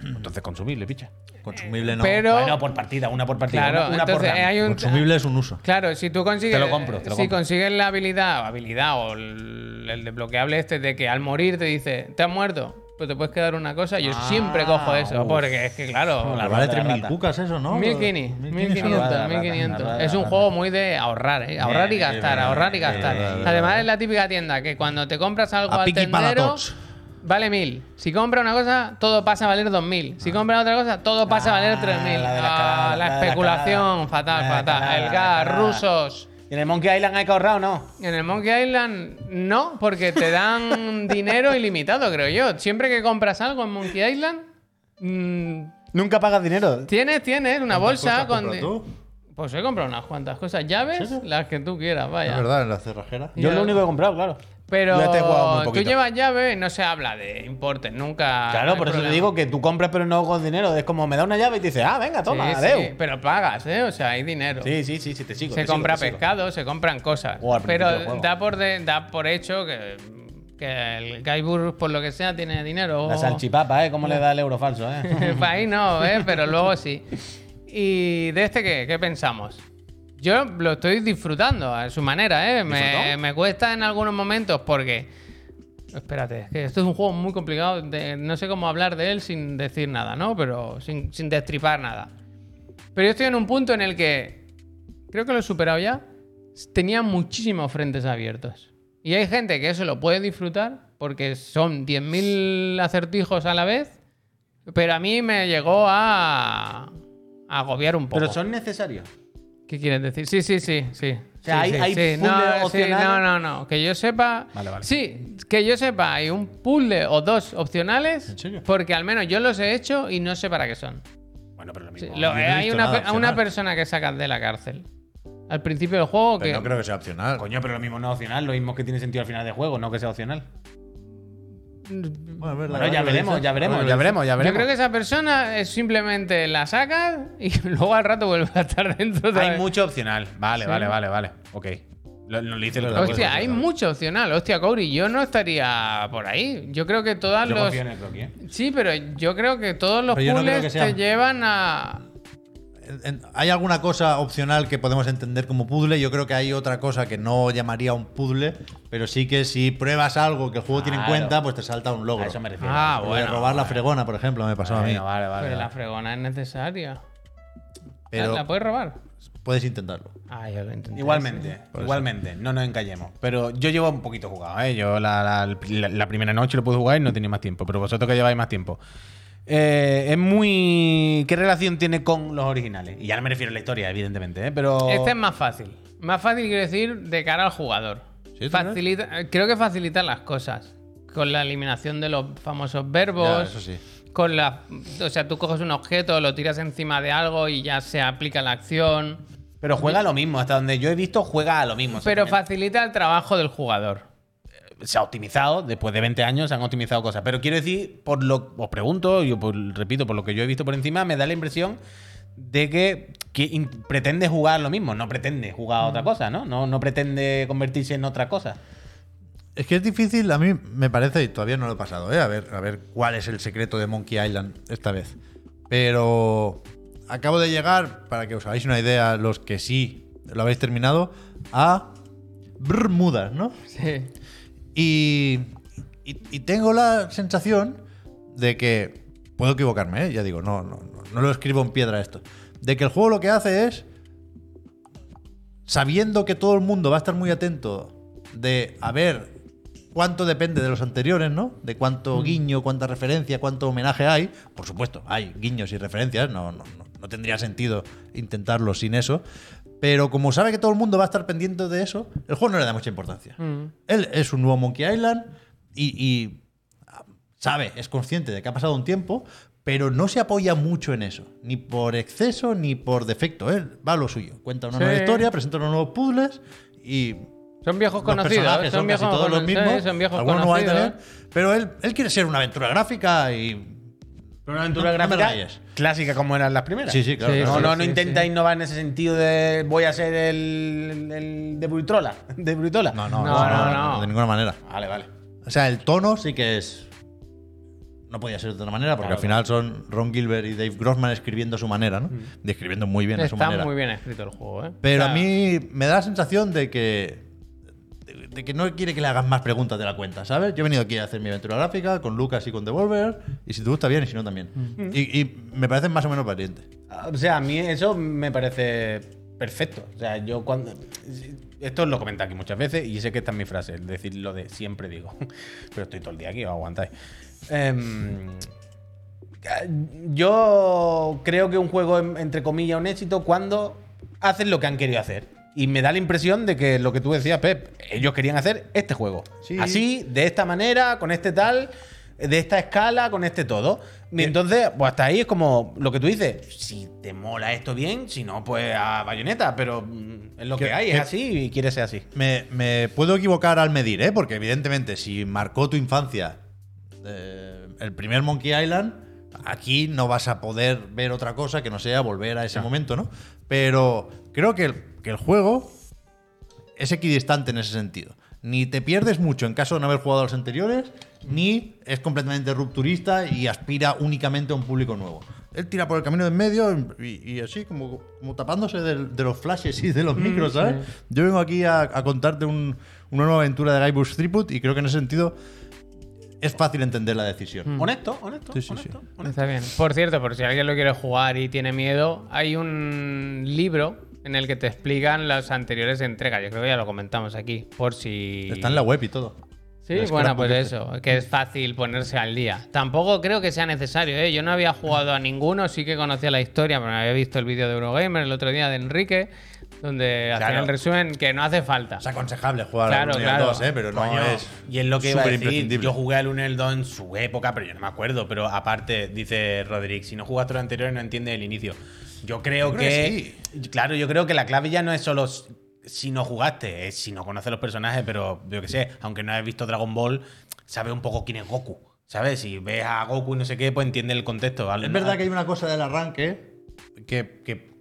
D: Entonces consumible, picha.
B: Consumible no.
A: Pero,
D: bueno, por partida, una por partida,
A: claro,
D: una, una por
A: entonces eh,
D: rama.
A: hay un,
B: Consumible es un uso.
A: Claro, si tú consigues.
D: Pues Te lo compro, te lo
A: si
D: compro.
A: consigues la habilidad, o habilidad, o el, el desbloqueable este de que al morir te dice, te has muerto, pues te puedes quedar una cosa. Yo
D: Ah,
A: siempre cojo eso,
D: uf.
A: porque es que, claro.
D: la
B: vale
D: rata, la
B: 3.000
D: rata.
B: cucas eso, ¿no?
A: 1500, 1500,
D: Arrada, arrada,
A: 1500.
D: arrada,
A: Es un
D: arrada.
A: juego muy de ahorrar, ¿eh? ahorrar y
B: Bien,
A: gastar,
B: bien,
A: ahorrar y
B: bien,
A: gastar.
B: bien, bien,
A: Además
B: bien.
A: es la típica tienda que cuando te compras algo
B: A
A: al
B: piqui para
A: tendero
B: tots.
A: vale 1000. Si compras una cosa, todo pasa a valer 2000. Si compras otra cosa, todo pasa a valer
D: Ah,
A: 3000.
D: la de la
A: Ah,
D: escalada,
A: La
D: la de la
A: especulación,
D: escalada.
A: fatal,
D: La de la
A: fatal.
D: escalada,
A: El
D: la
A: gas,
D: escalada.
A: rusos.
D: ¿Y en el Monkey Island hay que ahorrar o no?
A: En el Monkey Island no, porque te dan dinero ilimitado, creo yo. Siempre que compras algo en Monkey Island, mm,
D: Nunca pagas dinero.
A: tienes, tienes una bolsa
B: cosas
A: con...
B: compras tú?
A: Pues he comprado unas cuantas cosas, llaves, las que tú quieras,
B: Es
A: vaya.
B: verdad, en la cerrajera.
D: Yo
A: Ya.
D: es lo único que he comprado, claro.
A: Pero
D: Yo este he jugado muy
A: tú
D: poquito.
A: llevas llaves, no se habla de importes, nunca. Ah, no
D: Claro,
A: hay
D: por eso te
A: problema.
D: digo que tú compras pero no con dinero. Es como me da una llave y te dice, ah, venga, toma,
A: Sí, sí,
D: adeu.
A: pero pagas, ¿eh? O sea, hay dinero.
D: Sí, pues sí, sí, sí, te sigo.
A: se
D: te sigo,
A: compra
D: te sigo.
A: pescado, se compran cosas.
D: O al principio del
A: pero
D: juego.
A: da por, de- da por hecho que, que que el Gaibur, por lo que sea, tiene dinero.
D: La
A: o-
D: salchipapa, ¿eh? ¿Cómo le da el euro falso, eh?
A: Pues ahí no, ¿eh? pero luego sí. ¿Y de este qué? ¿Qué pensamos? Yo lo estoy disfrutando a su manera, ¿eh? Me,
B: ¿Disfrutón?
A: me cuesta en algunos momentos porque... Espérate, es que esto es un juego muy complicado. de- no sé cómo hablar de él sin decir nada, ¿no? Pero sin, sin destripar nada. Pero yo estoy en un punto en el que... Creo que lo he superado ya. Tenía muchísimos frentes abiertos. Y hay gente que eso lo puede disfrutar porque son 10.000 acertijos a la vez. Pero a mí me llegó a, a agobiar un poco.
D: Pero son necesarios.
A: ¿Qué quieres decir? Sí, sí, sí, sí.
D: sea,
A: Sí,
D: hay-
A: sí,
D: hay
A: sí.
D: puzzles
A: no, sí,
D: opcionales.
A: no, no, no. Que yo sepa.
C: Vale, vale.
A: Sí, que yo sepa, hay un puzzle o dos opcionales.
B: ¿En serio?
A: Porque al menos yo los he hecho y no sé para qué son.
C: Bueno, pero lo
A: Sí,
C: mismo.
A: lo- eh,
B: yo no he
A: hay
B: visto
A: una,
B: nada
A: pe- a una
B: opcional.
A: persona que sacas de la cárcel. Al principio del juego que.
B: Pero no creo que sea opcional.
D: Coño, pero lo mismo no es opcional, lo mismo que tiene sentido al final del juego, no que sea opcional.
B: Bueno, es verdad,
D: Bueno, ya
B: ahora que lo
D: veremos,
B: dices.
D: ya veremos,
B: Ahora que
D: ya
B: lo
D: veremos, ya
A: Yo
D: veremos.
A: creo que esa persona es simplemente la sacas y luego al rato vuelve a estar dentro. otra
C: Hay
A: vez.
C: mucho opcional. Vale,
A: Sí.
C: vale, vale, vale. Ok. Lo, lo le hice lo
A: Hostia, hay mucho opcional. Hostia, Cory, yo no estaría por ahí. Yo creo que todas
D: Yo
A: los.
D: confío en el croquis, ¿eh?
A: Sí, pero yo creo que todos los
D: Pero yo no creo
A: puzzles
D: que sea.
A: te llevan a.
B: dices. En- en- Hay alguna cosa opcional que podemos entender como puzzle. Yo creo que hay otra cosa que no llamaría un puzzle, pero sí que si pruebas algo que el juego tiene en
D: Claro.
B: cuenta, pues te salta un logro.
D: A eso me refiero.
A: Ah,
B: Lo de
A: bueno.
B: robar la fregona, por ejemplo, me pasó a mí.
C: Bueno, vale, vale.
A: pero Pues la
C: vale.
A: fregona es necesaria.
B: Pero
A: ¿La puedes robar?
B: puedes intentarlo.
A: Ah, yo lo intenté.
C: Igualmente, igualmente, no nos encallemos. Pero yo llevo un poquito jugado, ¿eh? Yo la, la- la primera noche lo pude jugar y no tenía más tiempo, pero vosotros que lleváis más tiempo. Eh, es muy. ¿Qué relación tiene con los originales? Y ya no me refiero a la historia, evidentemente, ¿eh? Pero.
A: Este es más fácil. Más fácil, quiero decir, de cara al jugador.
B: ¿Sí, tú
A: Facilita- creo que facilita las cosas. Con la eliminación de los famosos verbos.
B: Ya, eso sí.
A: Con la. O sea, tú coges un objeto, lo tiras encima de algo y ya se aplica la acción.
D: Pero juega a lo mismo, hasta donde yo he visto, juega a lo mismo. O sea,
A: Pero
D: también
A: facilita el trabajo del jugador.
D: se ha optimizado, después de 20 años se han optimizado cosas. Pero quiero decir, por lo os pregunto, yo por- repito, por lo que yo he visto por encima, me da la impresión de que, que in- pretende jugar lo mismo, no pretende jugar a
A: Mm.
D: otra cosa, ¿no? ¿no? No pretende convertirse en otra cosa.
B: Es que es difícil, a mí me parece, y todavía no lo he pasado, ¿eh? a, ver, a ver cuál es el secreto de Monkey Island esta vez. Pero acabo de llegar, para que os hagáis una idea, los que sí lo habéis terminado, a Bermudas, ¿no?
A: Sí.
B: Y, y- y tengo la sensación de que, puedo equivocarme, ¿eh? ya digo, no, no, no, no lo escribo en piedra esto, de que el juego lo que hace es sabiendo que todo el mundo va a estar muy atento de a ver cuánto depende de los anteriores, ¿no? De cuánto guiño, cuánta referencia, cuánto homenaje hay. Por supuesto, hay guiños y referencias, no, no, no, no tendría sentido intentarlo sin eso. Pero como sabe que todo el mundo va a estar pendiente de eso, el juego no le da mucha importancia. Él es un nuevo Monkey Island y- y sabe, es consciente de que ha pasado un tiempo, pero no se apoya mucho en eso, ni por exceso ni por defecto. Él va a lo suyo, cuenta una
A: Sí.
B: nueva historia, presenta unos nuevos puzzles y
A: Son viejos
B: los
A: conocidos. ¿eh?
B: personajes
A: son,
B: son casi
A: viejos
B: todos los
A: conocidos,
B: mismos.
A: Son viejos
B: algunos ¿eh? no van a
A: conocidos.
B: tener, pero él, él quiere ser una aventura gráfica y
C: Pero una
B: aventura gráfica
C: clásica como eran las primeras.
B: sí, sí, claro.
A: Sí,
B: claro.
D: No, no, no
A: sí,
D: intenta
A: sí.
D: innovar en ese sentido de voy a ser el, el de Brutola. De Brutola.
B: No,
A: No,
B: no,
A: no,
B: no,
A: no.
B: no, de ninguna manera.
D: Vale, vale.
B: O sea, el tono sí que es. No podía ser de otra manera, porque
D: Claro.
B: al final son Ron Gilbert y Dave Grossman escribiendo a su manera, ¿no? Describiendo muy bien a su
A: Mm. Está
B: manera.
A: muy bien escrito el juego, ¿eh?
B: Pero
A: O sea,
B: a mí me da la sensación de que. De, de que no quiere que le hagas más preguntas de la cuenta, ¿sabes? Yo he venido aquí a hacer mi aventura gráfica con Lucas y con Devolver, y si te gusta bien y si no también. Y, y me parecen más o menos valientes.
D: Ah, O sea, a mí eso me parece perfecto. O sea, yo cuando. Esto lo comento aquí muchas veces y sé que esta es mi frase, es decir lo de siempre digo. Pero estoy todo el día aquí, os aguantáis. Em, yo creo que un juego, em- entre comillas, un éxito cuando hacen lo que han querido hacer. Y me da la impresión de que lo que tú decías, Pep, ellos querían hacer este juego.
B: Sí.
D: Así, de esta manera, con este tal, de esta escala, con este todo. Y entonces, pues hasta ahí es como lo que tú dices. Si te mola esto bien, si no, pues a bayoneta. Pero mm, es lo que,
B: Que-
D: hay,
B: que-
D: es así y quiere ser así.
B: Me, me puedo equivocar al medir, ¿eh? Porque evidentemente, si marcó tu infancia eh, el primer Monkey Island, aquí no vas a poder ver otra cosa que no sea volver a ese momento, ¿no? Pero creo que el, que el juego es equidistante en ese sentido. ni te pierdes mucho en caso de no haber jugado a los anteriores, ni es completamente rupturista y aspira únicamente a un público nuevo. Él tira por el camino de en medio y, y así, como, como tapándose del- de los flashes y de
D: Mm,
B: los micros, ¿sabes? Yo vengo aquí a, a contarte un- una nueva aventura de Guybrush Threepwood y creo que en ese sentido es fácil entender la
D: Mm.
B: decisión.
E: Honesto, honesto.
B: Mm. Sí, sí,
E: honesto,
B: sí.
E: honesto.
A: Está bien. Por cierto, por si alguien lo quiere jugar y tiene miedo, hay un libro en el que te explican las anteriores entregas. Yo creo que ya lo comentamos aquí, por si...
B: Está en la web y todo.
A: Sí,
B: La escuela
A: bueno, pues
B: pública.
A: eso, que es fácil ponerse al día. Tampoco creo que sea necesario, ¿eh? Yo no había jugado a ninguno, sí que conocía la historia, pero no había visto el vídeo de Eurogamer el otro día de Enrique, donde hacía
B: Claro.
A: el resumen que no hace falta.
B: Es aconsejable jugar
A: Claro,
B: a Unreal
A: claro.
B: 2, ¿eh? pero no
D: Coño,
B: es.
D: y es lo que iba a
B: súper
D: decir.
B: imprescindible.
D: Yo jugué al Unreal 2 en su época, pero yo no me acuerdo. Pero aparte, dice Roderick, si no jugaste lo anterior no entiendes el inicio. Yo creo,
B: Yo creo
D: que. Claro, yo creo que la clave ya no es solo s- si no jugaste, es si no conoces los personajes, pero yo qué sé, aunque no hayas visto Dragon Ball, sabes un poco quién es Goku. ¿Sabes? Si ves a Goku y no sé qué, pues entiende el contexto. ¿vale?
B: Es verdad que hay una cosa del arranque que, que,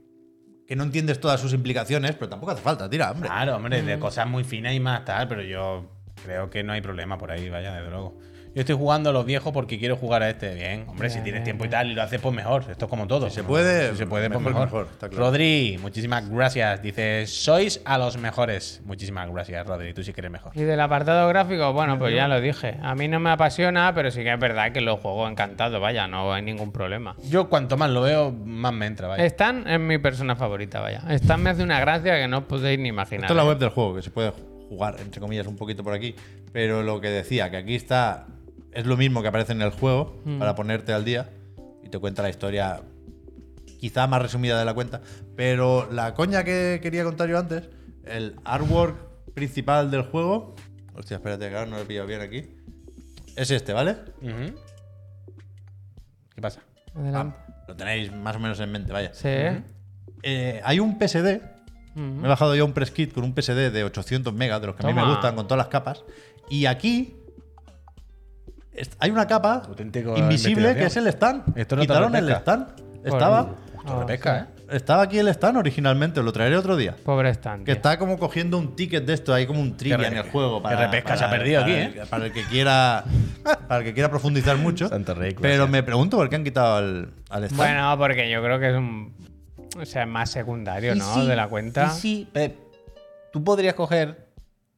B: que no entiendes todas sus implicaciones, pero tampoco hace falta, tira, hombre.
D: Claro, hombre, de cosas muy finas y más tal, pero yo creo que no hay problema por ahí, vaya, desde luego. Yo estoy jugando a los viejos porque quiero jugar a este. Bien, hombre, si tienes tiempo y tal y lo haces, pues mejor. Esto es como todo.
B: se puede,
D: si se puede, pues
B: mejor,
D: mejor.
B: mejor, está claro.
D: Rodri, muchísimas gracias. Dice, sois a los mejores. Muchísimas gracias, Rodri. Tú sí que eres mejor.
A: Y del apartado gráfico, bueno, pues ya lo dije. A mí no me apasiona, pero sí que es verdad que lo juego encantado, vaya, no hay ningún problema.
D: Yo cuanto más lo veo, más me entra, vaya.
A: Stan es mi persona favorita, vaya. Stan me hace una gracia que no os podéis ni imaginar.
B: Esto es la web del juego, que se puede jugar, entre comillas, un poquito por aquí. Pero lo que decía, que aquí está. Es lo mismo que aparece en el juego para ponerte al día y te cuenta la historia, quizá más resumida de la cuenta. Pero la coña que quería contar yo antes, el artwork principal del juego. Hostia, espérate, que ahora no lo he pillado bien aquí. Es este, ¿vale?
D: Ujú. ¿Qué pasa?
A: Adelante.
B: Ah, Lo tenéis más o menos en mente, vaya.
A: Sí.
B: Eh, hay un PSD. Me he bajado yo un press kit con un PSD de 800 megas, de los que a mí me
A: Toma.
B: gustan, con todas las capas. Y aquí est- hay una capa
D: Auténtico
B: invisible que es
D: investigación.
B: el stand.
D: Esto no te
B: Quitaron el
D: refresca.
B: stand. Estaba,
D: Esto repesca, ¿eh?
B: estaba aquí el stand originalmente, os lo traeré otro día.
A: Pobre Stan.
B: Que
A: tío.
B: está como cogiendo un ticket de esto, hay como un trivia en el
D: repesca.
B: juego.
D: Qué repesca se ha
B: para-
D: perdido
B: para
D: aquí, ¿eh?
B: el- Para el que quiera, para el que quiera profundizar mucho.
D: Santo rey,
B: Pero
D: gracias.
B: me pregunto por qué han quitado al, al stand.
A: Bueno, porque yo creo que es un. O sea, es más secundario,
D: Y
A: ¿no?
D: sí,
A: de la cuenta.
D: y sí, Pep, tú podrías coger,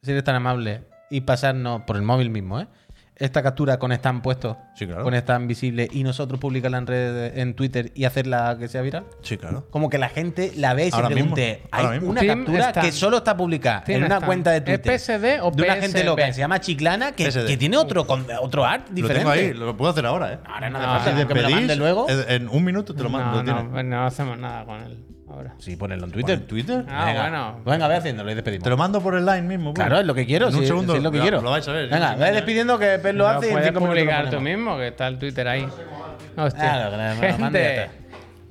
D: si eres tan amable, y pasarnos por el móvil mismo, ¿eh? Esta captura con Stan puesto,
B: Sí, claro.
D: con Stan visible, y nosotros publicarla en, redes, en Twitter y hacerla que sea viral.
B: Sí, claro.
D: Como que la gente la ve y se
B: Ahora mismo,
D: pregunte,
B: ahora
D: hay
B: mismo.
D: una
A: Team
D: captura
A: Stan.
D: que solo está publicada
A: Team
D: en una
A: Stan.
D: cuenta de
A: ¿Es
D: Twitter.
A: PSD o
D: De una gente
A: PSP?
D: loca que se llama Chiclana, que,
B: PSD.
D: que tiene otro, con- otro art
B: Lo
D: diferente.
B: tengo ahí, lo puedo hacer ahora, ¿eh?
D: Ahora no hace
A: No,
D: falta
B: Si
A: te
B: te
D: que me lo
B: pedís,
D: mande luego.
B: En, en un minuto te lo mando.
A: No,
B: lo tienes.
A: no, no hacemos nada con él ahora.
D: Sí, ponelo en Twitter.
B: ¿En Twitter?
A: Ah,
D: Venga.
A: bueno.
D: Venga, ve haciéndolo y despedimos.
B: Te lo mando por el line mismo. pues.
D: Claro, es lo que quiero.
B: En un
D: sí,
B: segundo
D: sí, es lo que
B: lo-
D: quiero.
B: lo vais a ver.
D: Venga, ve despidiendo que Pep lo
A: Lo
D: hace y en
A: puedes
D: cinco minutos
A: publicar
D: lo
A: tú
D: ponemos.
A: mismo, que está el Twitter ahí.
D: Ah,
A: Hostia.
D: lo que me lo mande y ya
A: Gente,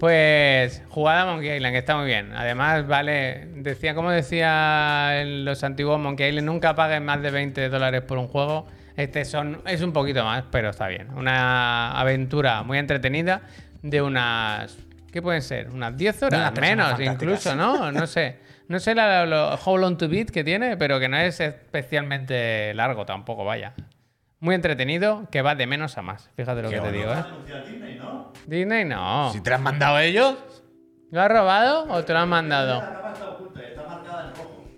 A: pues jugada Monkey Island, que está muy bien. Además, vale, decía, como decía en los antiguos Monkey Island, nunca paguen más de 20 dólares por un juego. Este son, es un poquito más, pero está bien. Una aventura muy entretenida de unas... ¿Qué pueden ser? Unas 10 horas,
D: Unas personas
A: menos incluso, ¿no? No sé. No sé la, lo, how long to beat que tiene, pero que no es especialmente largo tampoco, vaya. Muy entretenido, que va de menos a más. Fíjate lo que te digo, ¿eh? Disney no.
D: Si te lo han mandado ellos,
A: ¿Lo has robado o te lo han mandado?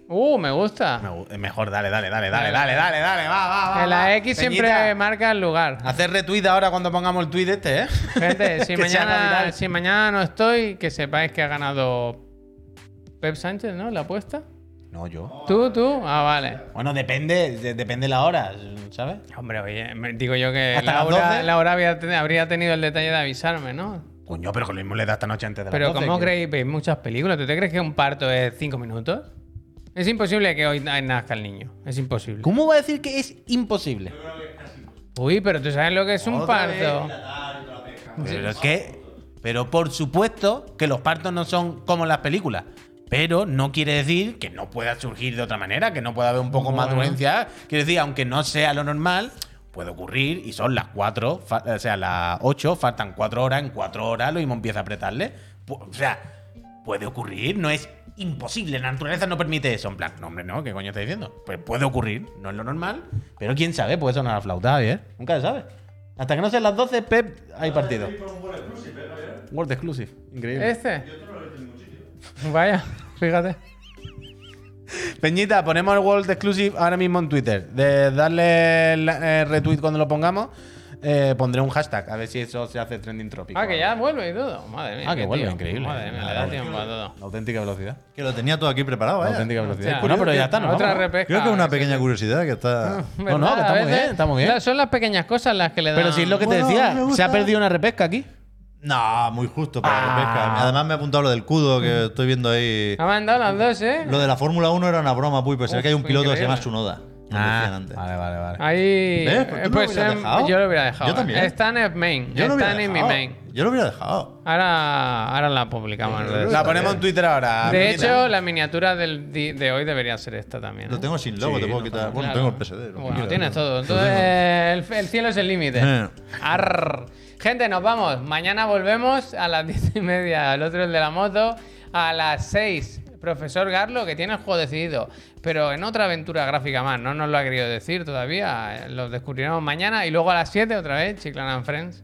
A: Uh, me gusta.
D: me- mejor dale, dale, dale, dale, dale, dale, dale, va, va, va.
A: En la
D: va.
A: X siempre
D: Ah, Peñita,
A: marca el lugar.
D: Hacer retweet ahora cuando pongamos el tweet este, ¿eh?
A: Gente, si,
D: Que se haga
A: mañana,
D: viral.
A: si mañana no estoy, que sepáis que ha ganado Pep Sánchez, ¿no? La apuesta.
D: No, yo.
A: ¿Tú, tú? Ah, vale.
D: Bueno, depende, de- depende la hora, ¿sabes?
A: Hombre, oye, me- digo yo que
D: ¿Hasta las
A: Laura,
D: 12?
A: Laura había ten- habría tenido el detalle de avisarme, ¿no?
D: Coño, pero con lo mismo le da esta noche antes de la
A: Pero ¿cómo creéis? Veis muchas películas. ¿Tú te crees que un parto es cinco minutos? Es imposible que hoy nazca el niño. Es imposible.
D: ¿Cómo va a decir que es imposible?
A: Uy, pero tú sabes lo que es un parto.
D: Pero es que. Pero por supuesto que los partos no son como en las películas. Pero no quiere decir que no pueda surgir de otra manera, que no pueda haber un poco más de
A: Bueno.
D: urgencia. Quiere decir, aunque no sea lo normal, puede ocurrir y son las 4, o sea, las 8, faltan 4 horas, en 4 horas lo mismo empieza a apretarle. Pu- O sea, puede ocurrir, no es imposible. La naturaleza no permite eso. En plan, no, hombre, no, ¿qué coño estás diciendo? Pues puede ocurrir, no es lo normal. Pero quién sabe, puede sonar la flauta, Javier. Nunca se sabe. Hasta que no sean las 12, Pep, hay partido. World Exclusive, increíble.
A: ¿Este? Vaya, fíjate.
D: Peñita, ponemos el World Exclusive ahora mismo en Twitter. De darle la- eh, retweet cuando lo pongamos, eh, pondré un hashtag, a ver si eso se hace trending topic.
A: Ah, que ya vuelve y todo. Madre mía.
D: Ah, que
A: qué
D: vuelve,
A: tío.
D: increíble.
A: Madre mía, le da tiempo a todo.
D: La auténtica velocidad.
B: Que lo tenía todo aquí preparado,
D: La
B: vaya.
D: auténtica velocidad.
A: Hostia,
D: Bueno, pero ya está, ¿no?
A: Otra
D: Vamos.
A: repesca.
B: Creo que es una pequeña curiosidad que
D: Ah.
B: está.
A: ¿Verdad?
D: No, no, que está
A: A
D: muy bien,
A: veces-
D: está muy bien.
A: Claro, Son las pequeñas cosas las que le dan.
D: Pero si es lo que te
B: Bueno,
D: decía,
B: me
D: se
B: gusta.
D: ha perdido una repesca aquí.
B: No, muy justo para
D: Ah.
B: la pesca. Además, me he apuntado lo del cudo
D: Mm.
B: que estoy viendo ahí.
A: Ha mandado las dos, ¿eh?
B: Lo de la Fórmula 1 era una broma, Puy, pero se ve
A: Uf,
B: que hay un piloto que se llama
A: increíble.
B: Tsunoda. Nos decían antes.
D: Ah, vale, vale, vale.
A: Ahí.
B: ¿Ves? ¿Por qué
A: eh,
B: no
A: pues,
B: lo hubieras
A: em,
B: dejado?
A: Yo lo hubiera dejado.
B: Yo también.
A: Está en el main.
B: Yo lo hubiera
A: está en mi
B: dejado.
A: main.
B: Yo lo hubiera dejado.
A: Ahora, ahora la publicamos. en redes
D: La
A: sociales.
D: ponemos en Twitter
B: Ah,
D: ahora.
A: de
D: amiguita.
A: hecho, la miniatura del di- de hoy debería ser esta también. ¿eh?
B: Lo tengo sin logo,
D: Sí,
B: te puedo
D: no
B: quitar. Bueno,
A: Claro.
B: tengo el PSD. lo que
A: Bueno,
B: quieras,
A: tienes
B: ¿no?
A: todo.
B: Lo
A: Entonces,
B: tengo.
A: el, el cielo es el límite.
B: Eh.
A: Arr. Gente, nos vamos. Mañana volvemos a las diez y media. El otro, el de la moto. A las seis, profesor Garlo, que tiene el juego decidido. Pero en otra aventura gráfica más. No nos lo ha querido decir todavía. Eh, Lo descubriremos mañana. Y luego a las siete, otra vez, Chiclana and Friends.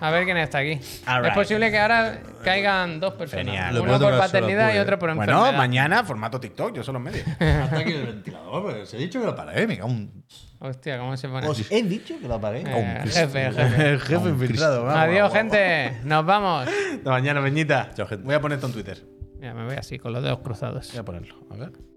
A: A ver quién está aquí.
D: All
A: Es
D: right.
A: posible que ahora caigan dos personas.
D: Genial.
B: Lo
A: Uno
B: puedo
A: por
B: tocar solo,
A: paternidad y
B: puede.
A: otro por
D: bueno,
A: enfermedad.
D: mañana formato TikTok, yo solo en medio.
B: Hasta aquí el ventilador, porque os he dicho que lo paré, me cago en-
A: Hostia, ¿cómo se pone?
D: he dicho que lo apagué.
A: Eh, jefe, jefe.
D: El jefe infiltrado, vamos.
A: Adiós, gente. Nos vamos.
D: Hasta mañana, Peñita.
B: Chao, gente.
D: Voy a poner esto en Twitter.
A: Mira, me voy así, con los dedos cruzados.
D: Voy a ponerlo. A ver.